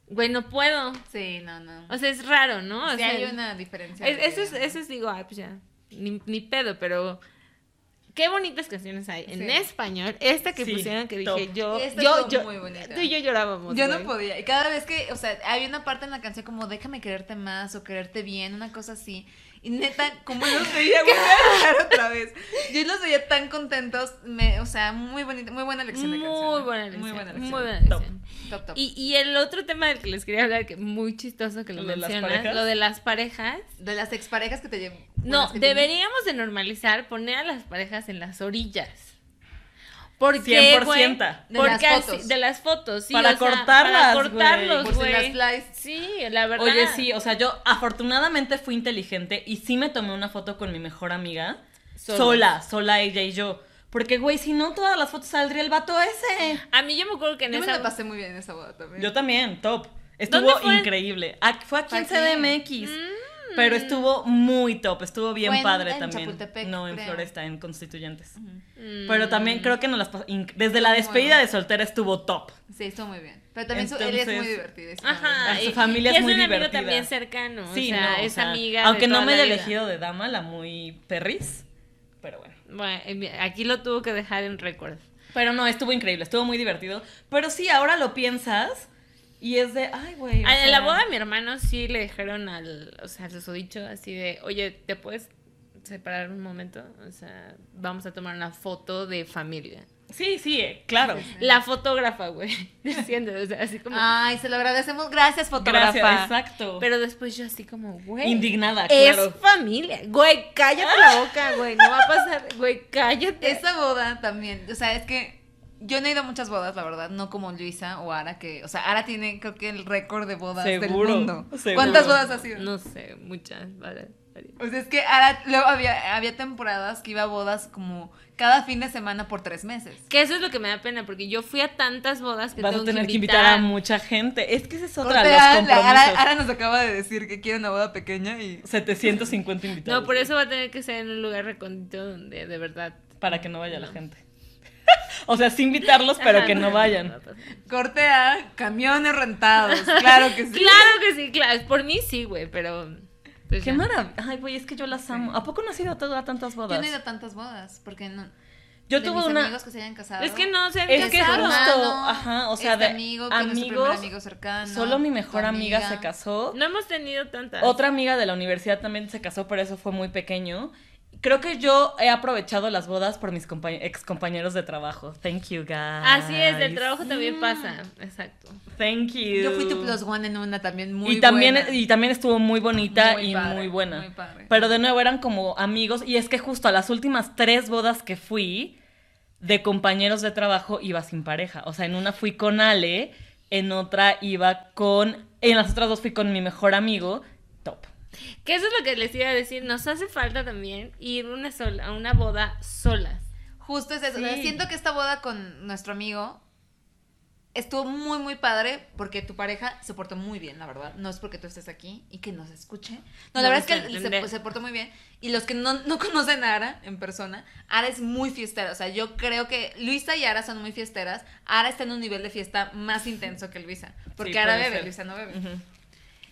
Speaker 1: Güey, no puedo.
Speaker 4: Sí, no, no.
Speaker 1: O sea, es raro, ¿no? O
Speaker 4: Sí
Speaker 1: sea,
Speaker 4: hay una diferencia.
Speaker 1: es- eso, es,
Speaker 4: de-
Speaker 1: eso es, digo, ah, pues ya. ni, ni pedo, pero qué bonitas canciones hay en
Speaker 4: Sí.
Speaker 1: español. Esta que
Speaker 3: Sí,
Speaker 1: pusieron que
Speaker 3: top.
Speaker 1: dije yo,
Speaker 4: Esta
Speaker 1: yo,
Speaker 4: estuvo
Speaker 1: yo,
Speaker 4: muy bonita.
Speaker 1: tú y yo llorábamos.
Speaker 4: Yo no
Speaker 1: güey.
Speaker 4: podía. Y cada vez que, o sea, había una parte en la canción como déjame quererte más o quererte bien, una cosa así. Y neta, como los veía, voy a llorar otra vez. Yo los veía tan contentos, me, o sea, muy bonita, muy buena elección de canción.
Speaker 1: Muy
Speaker 4: ¿no?
Speaker 1: buena elección.
Speaker 4: Muy buena elección.
Speaker 1: Muy buena
Speaker 3: Top.
Speaker 1: elección.
Speaker 4: Top, top.
Speaker 1: Y, y el otro tema del que les quería hablar, que muy chistoso que lo,
Speaker 3: ¿Lo de las
Speaker 1: mencionas,
Speaker 3: parejas?
Speaker 1: lo de las parejas.
Speaker 4: de las exparejas que te llevo.
Speaker 1: No, deberíamos de normalizar poner a las parejas en las orillas. Porque, güey,
Speaker 3: 100%.
Speaker 4: De
Speaker 1: porque
Speaker 4: las
Speaker 1: así-
Speaker 4: fotos.
Speaker 1: de las fotos, sí, o
Speaker 3: Para
Speaker 1: sea, para
Speaker 3: cortarlas, güey.
Speaker 1: cortarlos,
Speaker 4: Pues en las
Speaker 1: güey.
Speaker 4: flies.
Speaker 1: Sí, la verdad.
Speaker 3: Oye, sí, o sea, yo afortunadamente fui inteligente y sí me tomé una foto con mi mejor amiga.
Speaker 1: Sola.
Speaker 3: Sola, sola, ella y yo. Porque, güey, si no, todas las fotos saldría el vato ese.
Speaker 1: A mí yo me acuerdo que en
Speaker 4: Yo me
Speaker 1: esa
Speaker 4: la pasé muy bien en esa boda también.
Speaker 3: Yo también, top.
Speaker 1: ¿Dónde
Speaker 3: Estuvo
Speaker 1: fue? Mm.
Speaker 3: increíble. Ah, Fue aquí en
Speaker 4: Fue aquí.
Speaker 3: CDMX. Pero estuvo muy top, estuvo bien
Speaker 4: Fue en-
Speaker 3: padre
Speaker 4: en
Speaker 3: también.
Speaker 4: Chapultepec,
Speaker 3: no, en
Speaker 4: creo.
Speaker 3: Floresta, en Constituyentes.
Speaker 1: Mm.
Speaker 3: Pero también creo que nos las pas- inc- desde la
Speaker 4: Muy
Speaker 3: despedida
Speaker 4: bueno.
Speaker 3: de soltera estuvo top.
Speaker 4: Sí, estuvo muy bien. Pero también su- él es
Speaker 3: Entonces-
Speaker 4: muy divertido. es una
Speaker 1: Ajá,
Speaker 4: vez
Speaker 3: Su
Speaker 1: y-
Speaker 3: familia
Speaker 1: y
Speaker 3: es muy
Speaker 1: un amigo
Speaker 3: divertida.
Speaker 1: también cercano,
Speaker 3: Sí,
Speaker 1: o sea,
Speaker 3: no, o
Speaker 1: es
Speaker 3: sea,
Speaker 1: amiga de
Speaker 3: Aunque
Speaker 1: toda
Speaker 3: no me
Speaker 1: la
Speaker 3: haya
Speaker 1: vida.
Speaker 3: elegido de dama, la muy perris. Pero bueno.
Speaker 1: Bueno, eh, mira, aquí lo tuvo que dejar en récord.
Speaker 3: Pero no, estuvo increíble, estuvo muy divertido. Pero sí, ahora lo piensas y es de, ay, güey. o
Speaker 1: A- En
Speaker 3: sea,
Speaker 1: Ah, la boda de mi hermano sí le dijeron al, o sea, al susodicho así de, oye, ¿te puedes separar un momento? O sea, vamos a tomar una foto de familia.
Speaker 3: Sí, sí, eh, claro.
Speaker 1: La fotógrafa, güey, diciendo, o sea, así como...
Speaker 4: Ay, se lo agradecemos. Gracias, fotógrafa.
Speaker 3: Gracias, Ah, exacto.
Speaker 1: Pero después yo así como, güey.
Speaker 3: Indignada,
Speaker 1: Es
Speaker 3: claro.
Speaker 1: familia. Güey, cállate la boca, güey. No va a pasar. Güey, cállate.
Speaker 4: Esa boda también, o sea, es que yo no he ido a muchas bodas, la verdad, no como Luisa o Ara, que, o sea, Ara tiene creo que el récord de bodas
Speaker 3: Seguro,
Speaker 4: del mundo.
Speaker 3: seguro.
Speaker 4: ¿Cuántas bodas ha sido?
Speaker 1: No sé, muchas. varias, varias.
Speaker 4: O sea, es que Ara, luego había, había temporadas que iba a bodas como cada fin de semana por tres meses.
Speaker 1: Que eso es lo que me da pena, porque yo fui a tantas bodas que
Speaker 3: Vas a
Speaker 1: tengo
Speaker 3: tener que invitar a mucha gente. Es que esa es otra,
Speaker 4: Corte
Speaker 3: los
Speaker 4: A, la-
Speaker 3: compromisos.
Speaker 4: Ara, Ara nos acaba de decir que quiere una boda pequeña y...
Speaker 3: 750 invitados.
Speaker 1: No, por eso va a tener que ser en un lugar recóndito donde de verdad.
Speaker 3: Para que no vaya la gente. o sea, sí invitarlos, pero
Speaker 1: Ajá,
Speaker 3: que no
Speaker 1: va a
Speaker 3: vayan.
Speaker 1: pasar.
Speaker 4: Corte A, camiones rentados, claro que sí.
Speaker 1: Claro que sí, claro. Por mí sí, güey, pero. pues
Speaker 3: Qué
Speaker 1: ya.
Speaker 3: maravilla. Ay, güey, es que yo las amo. ¿A poco no has ido a, todo- a tantas
Speaker 4: Yo
Speaker 3: bodas?
Speaker 4: no he ido a tantas bodas, porque no...
Speaker 3: Yo
Speaker 4: de
Speaker 3: tuve
Speaker 4: mis
Speaker 3: una.
Speaker 4: amigos que se hayan casado.
Speaker 1: Es que no se han
Speaker 3: Es que
Speaker 1: casado.
Speaker 3: justo, ajá, o sea,
Speaker 4: este
Speaker 3: de
Speaker 4: amigo, que es nuestro primer
Speaker 3: amigos,
Speaker 4: amigo cercano,
Speaker 3: Solo mi
Speaker 4: tu
Speaker 3: mejor amiga, se casó.
Speaker 1: No hemos tenido tantas.
Speaker 3: Otra amiga de la universidad también se casó, pero eso fue muy pequeño. Creo que yo he aprovechado las bodas por mis compañ- ex compañeros de trabajo. Thank you, guys.
Speaker 1: Así es, del trabajo también pasa. Exacto.
Speaker 3: Thank you.
Speaker 4: Yo fui tu plus one en una también muy
Speaker 3: y también,
Speaker 4: buena.
Speaker 3: y también estuvo muy bonita
Speaker 4: Muy
Speaker 3: y
Speaker 4: padre,
Speaker 3: muy buena.
Speaker 4: muy padre.
Speaker 3: Pero de nuevo eran como amigos. Y es que justo a las últimas tres bodas que fui, de compañeros de trabajo iba sin pareja. O sea, en una fui con Ale, en otra iba con. En las otras dos fui con mi mejor amigo. Top.
Speaker 1: Que eso es lo que les iba a decir. Nos hace falta también ir una sola, a una boda solas.
Speaker 4: Justo es eso. O sea,
Speaker 3: Sí.
Speaker 4: siento que esta boda con nuestro amigo estuvo muy, muy padre porque tu pareja se portó muy bien, la verdad. No es porque tú estés aquí y que nos escuche. No,
Speaker 1: No,
Speaker 4: la verdad
Speaker 1: se
Speaker 4: es que
Speaker 1: entiende.
Speaker 4: se, se portó muy bien. Y los que no, no conocen a Ara en persona, Ara es muy fiestera. O sea, yo creo que Luisa y Ara son muy fiesteras. Ara está en un nivel de fiesta más intenso que Luisa. Porque
Speaker 3: Sí,
Speaker 4: Ara
Speaker 3: puede
Speaker 4: bebe,
Speaker 3: ser.
Speaker 4: Luisa no bebe.
Speaker 3: Ujú.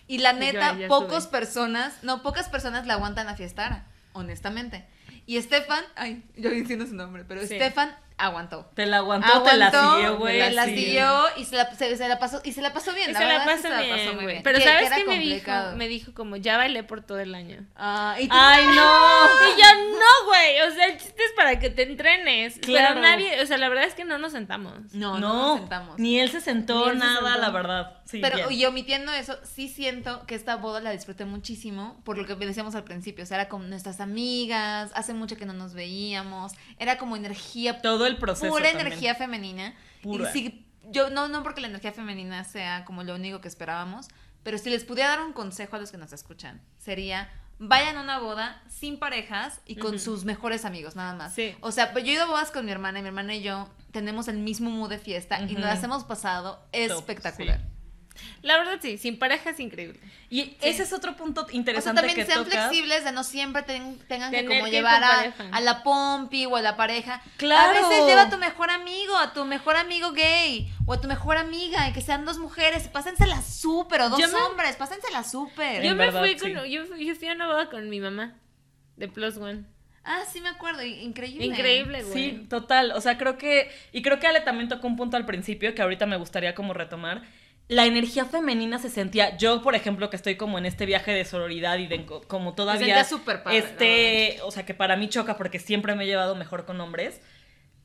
Speaker 4: Y la
Speaker 1: Sí,
Speaker 4: neta,
Speaker 1: yo ya
Speaker 4: pocas
Speaker 1: estuve.
Speaker 4: personas, no, pocas personas la aguantan a fiestar, honestamente. Y Estefan, ay, yo diciendo su nombre, pero
Speaker 1: Sí.
Speaker 4: Estefan aguantó.
Speaker 3: Te la aguantó,
Speaker 4: Aguantó,
Speaker 3: te la siguió, güey.
Speaker 4: te la
Speaker 3: sí.
Speaker 4: siguió y se la, se- se la pasó, y se la pasó bien.
Speaker 1: Y se la
Speaker 4: verdad es que
Speaker 1: paso
Speaker 4: se la pasó
Speaker 1: bien,
Speaker 4: muy
Speaker 1: güey.
Speaker 4: bien.
Speaker 1: Pero
Speaker 4: Que-
Speaker 1: ¿sabes
Speaker 4: que era
Speaker 1: qué me dijo?
Speaker 4: complicado.
Speaker 1: Me dijo como, ya bailé por todo el año.
Speaker 4: Ah, y tú-
Speaker 3: ¡Ay, no!
Speaker 1: Y yo, no, güey. O sea, el chiste es para que te entrenes.
Speaker 3: Claro.
Speaker 1: Pero nadie, o sea, la verdad es que no nos sentamos.
Speaker 4: No, no, nos sentamos.
Speaker 3: ni él se sentó,
Speaker 1: Ni él se
Speaker 3: nada,
Speaker 1: sentó.
Speaker 3: la verdad. Sí,
Speaker 4: Pero
Speaker 3: bien.
Speaker 4: y omitiendo eso, sí siento que esta boda la disfruté muchísimo por lo que decíamos al principio. O sea, era con nuestras amigas, hace mucho que no nos veíamos, era como energía
Speaker 3: todo el proceso.
Speaker 4: pura
Speaker 3: también.
Speaker 4: energía femenina.
Speaker 3: Pura.
Speaker 4: Y sí, yo no, no porque la energía femenina sea como lo único que esperábamos, pero si les pudiera dar un consejo a los que nos escuchan, sería vayan a una boda sin parejas y con sus mejores amigos, nada más.
Speaker 1: Sí.
Speaker 4: O sea, pues yo he ido a bodas con mi hermana y mi hermana y yo tenemos el mismo mood de fiesta y nos
Speaker 3: Ujú.
Speaker 4: las hemos pasado espectacular.
Speaker 3: sí.
Speaker 1: La verdad sí, sin pareja es increíble.
Speaker 3: Y ese es otro punto
Speaker 4: O sea,
Speaker 3: interesante
Speaker 4: también
Speaker 3: que
Speaker 4: sean
Speaker 3: tocas.
Speaker 4: flexibles de no siempre ten- tengan que
Speaker 1: Tener
Speaker 4: como
Speaker 1: que ir
Speaker 4: llevar
Speaker 1: con
Speaker 4: a,
Speaker 1: pareja.
Speaker 4: a la pompi o a la pareja.
Speaker 3: Claro.
Speaker 4: A veces lleva a tu mejor amigo, a tu mejor amigo gay o a tu mejor amiga y que sean dos mujeres, pásensela súper o dos
Speaker 1: Yo me-
Speaker 4: hombres, pásensela súper.
Speaker 1: Yo
Speaker 3: En
Speaker 1: me
Speaker 3: verdad,
Speaker 1: fui con,
Speaker 3: sí.
Speaker 1: yo, fui- yo fui a una boda con mi mamá. de Plus One.
Speaker 4: Ah, sí me acuerdo, i- increíble.
Speaker 1: Increíble, güey.
Speaker 3: Sí, total. O sea, creo que. Y creo que Ale también tocó un punto al principio que ahorita me gustaría como retomar. La energía femenina se sentía. Yo, por ejemplo, que estoy como en este viaje de sororidad y de enco- como todavía.
Speaker 4: sentía súper padre,
Speaker 3: Este. O sea, que para mí choca porque siempre me he llevado mejor con hombres.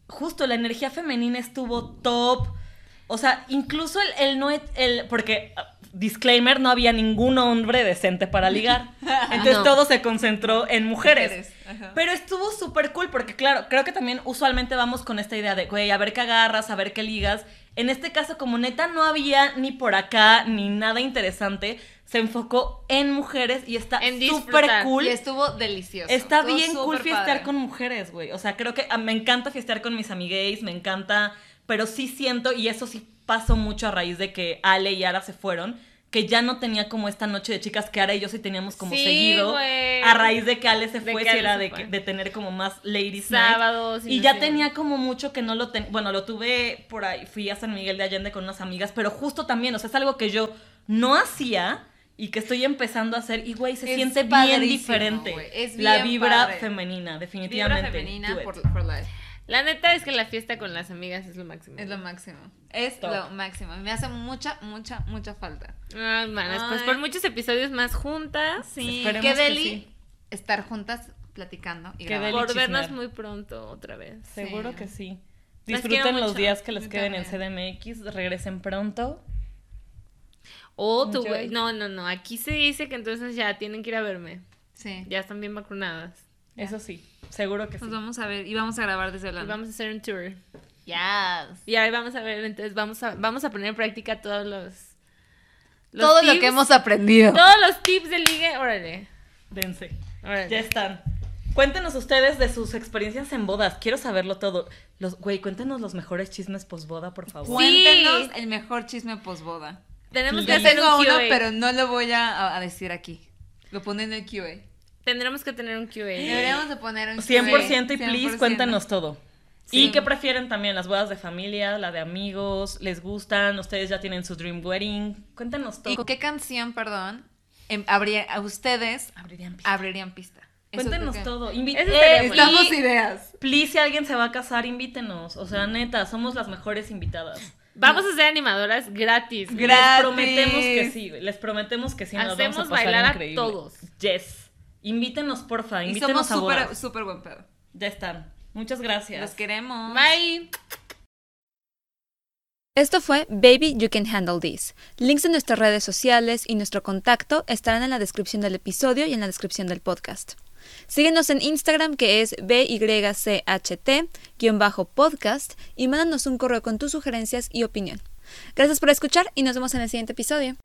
Speaker 3: Justo la energía femenina estuvo top. O sea, incluso el, el no. El, porque. ah, Disclaimer, no había ningún hombre decente para ligar. Entonces
Speaker 1: No.
Speaker 3: todo se concentró en mujeres.
Speaker 5: Mujeres, ajá.
Speaker 3: Pero estuvo súper cool porque, claro, creo que también usualmente vamos con esta idea de, güey, a ver qué agarras, a ver qué ligas. En este caso, como neta no había ni por acá ni nada interesante, se enfocó en mujeres y está
Speaker 1: En
Speaker 3: súper
Speaker 1: disfrutar,
Speaker 3: cool.
Speaker 4: Y estuvo delicioso.
Speaker 3: Está
Speaker 4: Estuvo
Speaker 3: bien cool
Speaker 4: súper
Speaker 3: fiestear
Speaker 4: padre.
Speaker 3: con mujeres, güey. O sea, creo que ah, me encanta fiestear con mis amigues, me encanta, pero sí siento, y eso sí pasó mucho a raíz de que Ale y Ara se fueron, que ya no tenía como esta noche de chicas que Ara y yo sí teníamos como
Speaker 1: Sí,
Speaker 3: seguido.
Speaker 1: güey.
Speaker 3: A raíz de que Ale se
Speaker 1: De
Speaker 3: fue,
Speaker 1: que
Speaker 3: sí
Speaker 1: Ale
Speaker 3: era
Speaker 1: se
Speaker 3: de,
Speaker 1: fue.
Speaker 3: que- de tener como más ladies night.
Speaker 1: Sábados.
Speaker 3: Y
Speaker 1: no
Speaker 3: ya
Speaker 1: sé.
Speaker 3: tenía como mucho que no lo tenía. Bueno, lo tuve por ahí. Fui a San Miguel de Allende con unas amigas, pero justo también, o sea, es algo que yo no hacía y que estoy empezando a hacer. Y güey, se
Speaker 4: Es
Speaker 3: siente bien
Speaker 4: padrísimo,
Speaker 3: diferente.
Speaker 4: güey, es
Speaker 3: La
Speaker 4: bien
Speaker 3: vibra
Speaker 4: padre.
Speaker 3: femenina, definitivamente.
Speaker 4: Vibra femenina
Speaker 3: Do it.
Speaker 4: por, por la...
Speaker 1: La neta es que la fiesta con las amigas es lo máximo.
Speaker 4: Es lo máximo. Es
Speaker 3: Top.
Speaker 4: lo máximo. Me hace mucha, mucha, mucha falta.
Speaker 1: Ay, manas, pues
Speaker 4: Ay.
Speaker 1: por muchos episodios más juntas.
Speaker 4: Sí,
Speaker 3: Esperemos
Speaker 4: qué
Speaker 3: que
Speaker 4: deli
Speaker 3: sí.
Speaker 4: estar juntas platicando y
Speaker 3: Qué
Speaker 4: grabando.
Speaker 3: deli.
Speaker 1: Por vernos
Speaker 3: chismear.
Speaker 1: muy pronto otra vez.
Speaker 3: Seguro
Speaker 4: Sí.
Speaker 3: que sí.
Speaker 1: Las
Speaker 3: Disfruten
Speaker 1: quiero
Speaker 3: los
Speaker 1: mucho.
Speaker 3: días que les
Speaker 4: Yo
Speaker 3: queden en CDMX, regresen pronto.
Speaker 1: O tu
Speaker 3: Enjoy.
Speaker 1: güey. No, no, no. Aquí se dice que entonces ya tienen que ir a verme.
Speaker 4: Sí.
Speaker 1: Ya están bien vacunadas.
Speaker 3: Eso sí, seguro que sí.
Speaker 4: Nos vamos a ver y vamos a grabar desde
Speaker 1: Y
Speaker 4: Holanda.
Speaker 1: vamos a hacer un tour.
Speaker 4: Yes.
Speaker 1: Y ahí vamos a ver, entonces vamos a, vamos a poner en práctica todos los. los
Speaker 4: Todo lo
Speaker 1: tips,
Speaker 4: que hemos aprendido.
Speaker 1: Todos los tips de ligue. Órale.
Speaker 3: Dense.
Speaker 1: Órale.
Speaker 3: Ya están. Cuéntenos ustedes de sus experiencias en bodas. Quiero saberlo todo. Los, güey, cuéntenos los mejores chismes posboda, por favor.
Speaker 4: Cuéntenos el mejor chisme posboda.
Speaker 1: Tenemos que
Speaker 4: Yo
Speaker 1: hacer
Speaker 4: tengo
Speaker 1: un
Speaker 4: uno,
Speaker 1: QA.
Speaker 4: pero no lo voy a, a decir aquí. Lo pone en el QA.
Speaker 1: Tendremos que tener un
Speaker 3: Eh,
Speaker 1: QA.
Speaker 4: Deberíamos de poner un
Speaker 3: 100% y
Speaker 4: QA,
Speaker 3: please
Speaker 4: 100%.
Speaker 3: cuéntanos todo.
Speaker 4: Sí.
Speaker 3: ¿Y qué prefieren también? ¿Las bodas de familia, la de amigos? ¿Les gustan? ¿Ustedes ya tienen su dream wedding? Cuéntanos todo.
Speaker 4: ¿Y con qué canción, perdón, em, habría, a ustedes
Speaker 3: Abrirían pista.
Speaker 4: abrirían pista? Ah, Eso
Speaker 3: Cuéntanos
Speaker 4: creo que-
Speaker 3: todo. Invi-
Speaker 1: Eso
Speaker 3: Eh,
Speaker 1: estaría bueno.
Speaker 4: Necesitamos
Speaker 3: y-
Speaker 4: ideas.
Speaker 3: please, si alguien se va a casar, invítenos. O sea, neta, somos las mejores invitadas.
Speaker 1: Vamos a ser animadoras gratis. güey.
Speaker 4: Gra- Gratis.
Speaker 3: Les prometemos que sí. güey. Les prometemos que sí. Nos vamos
Speaker 1: Hacemos
Speaker 3: a pasar
Speaker 1: bailar a
Speaker 3: increíble.
Speaker 1: todos.
Speaker 3: Yes. Invítenos, porfa.
Speaker 4: Y
Speaker 3: Invítenos
Speaker 4: somos
Speaker 3: a bodas.
Speaker 4: súper, súper buen pedo.
Speaker 3: Ya están. Muchas gracias.
Speaker 4: Los queremos.
Speaker 1: Bye.
Speaker 6: Esto fue Baby You Can Handle This. Links de nuestras redes sociales y nuestro contacto estarán en la descripción del episodio y en la descripción del podcast. Síguenos en Instagram que es BYCHT-podcast y mándanos un correo con tus sugerencias y opinión. Gracias por escuchar y nos vemos en el siguiente episodio.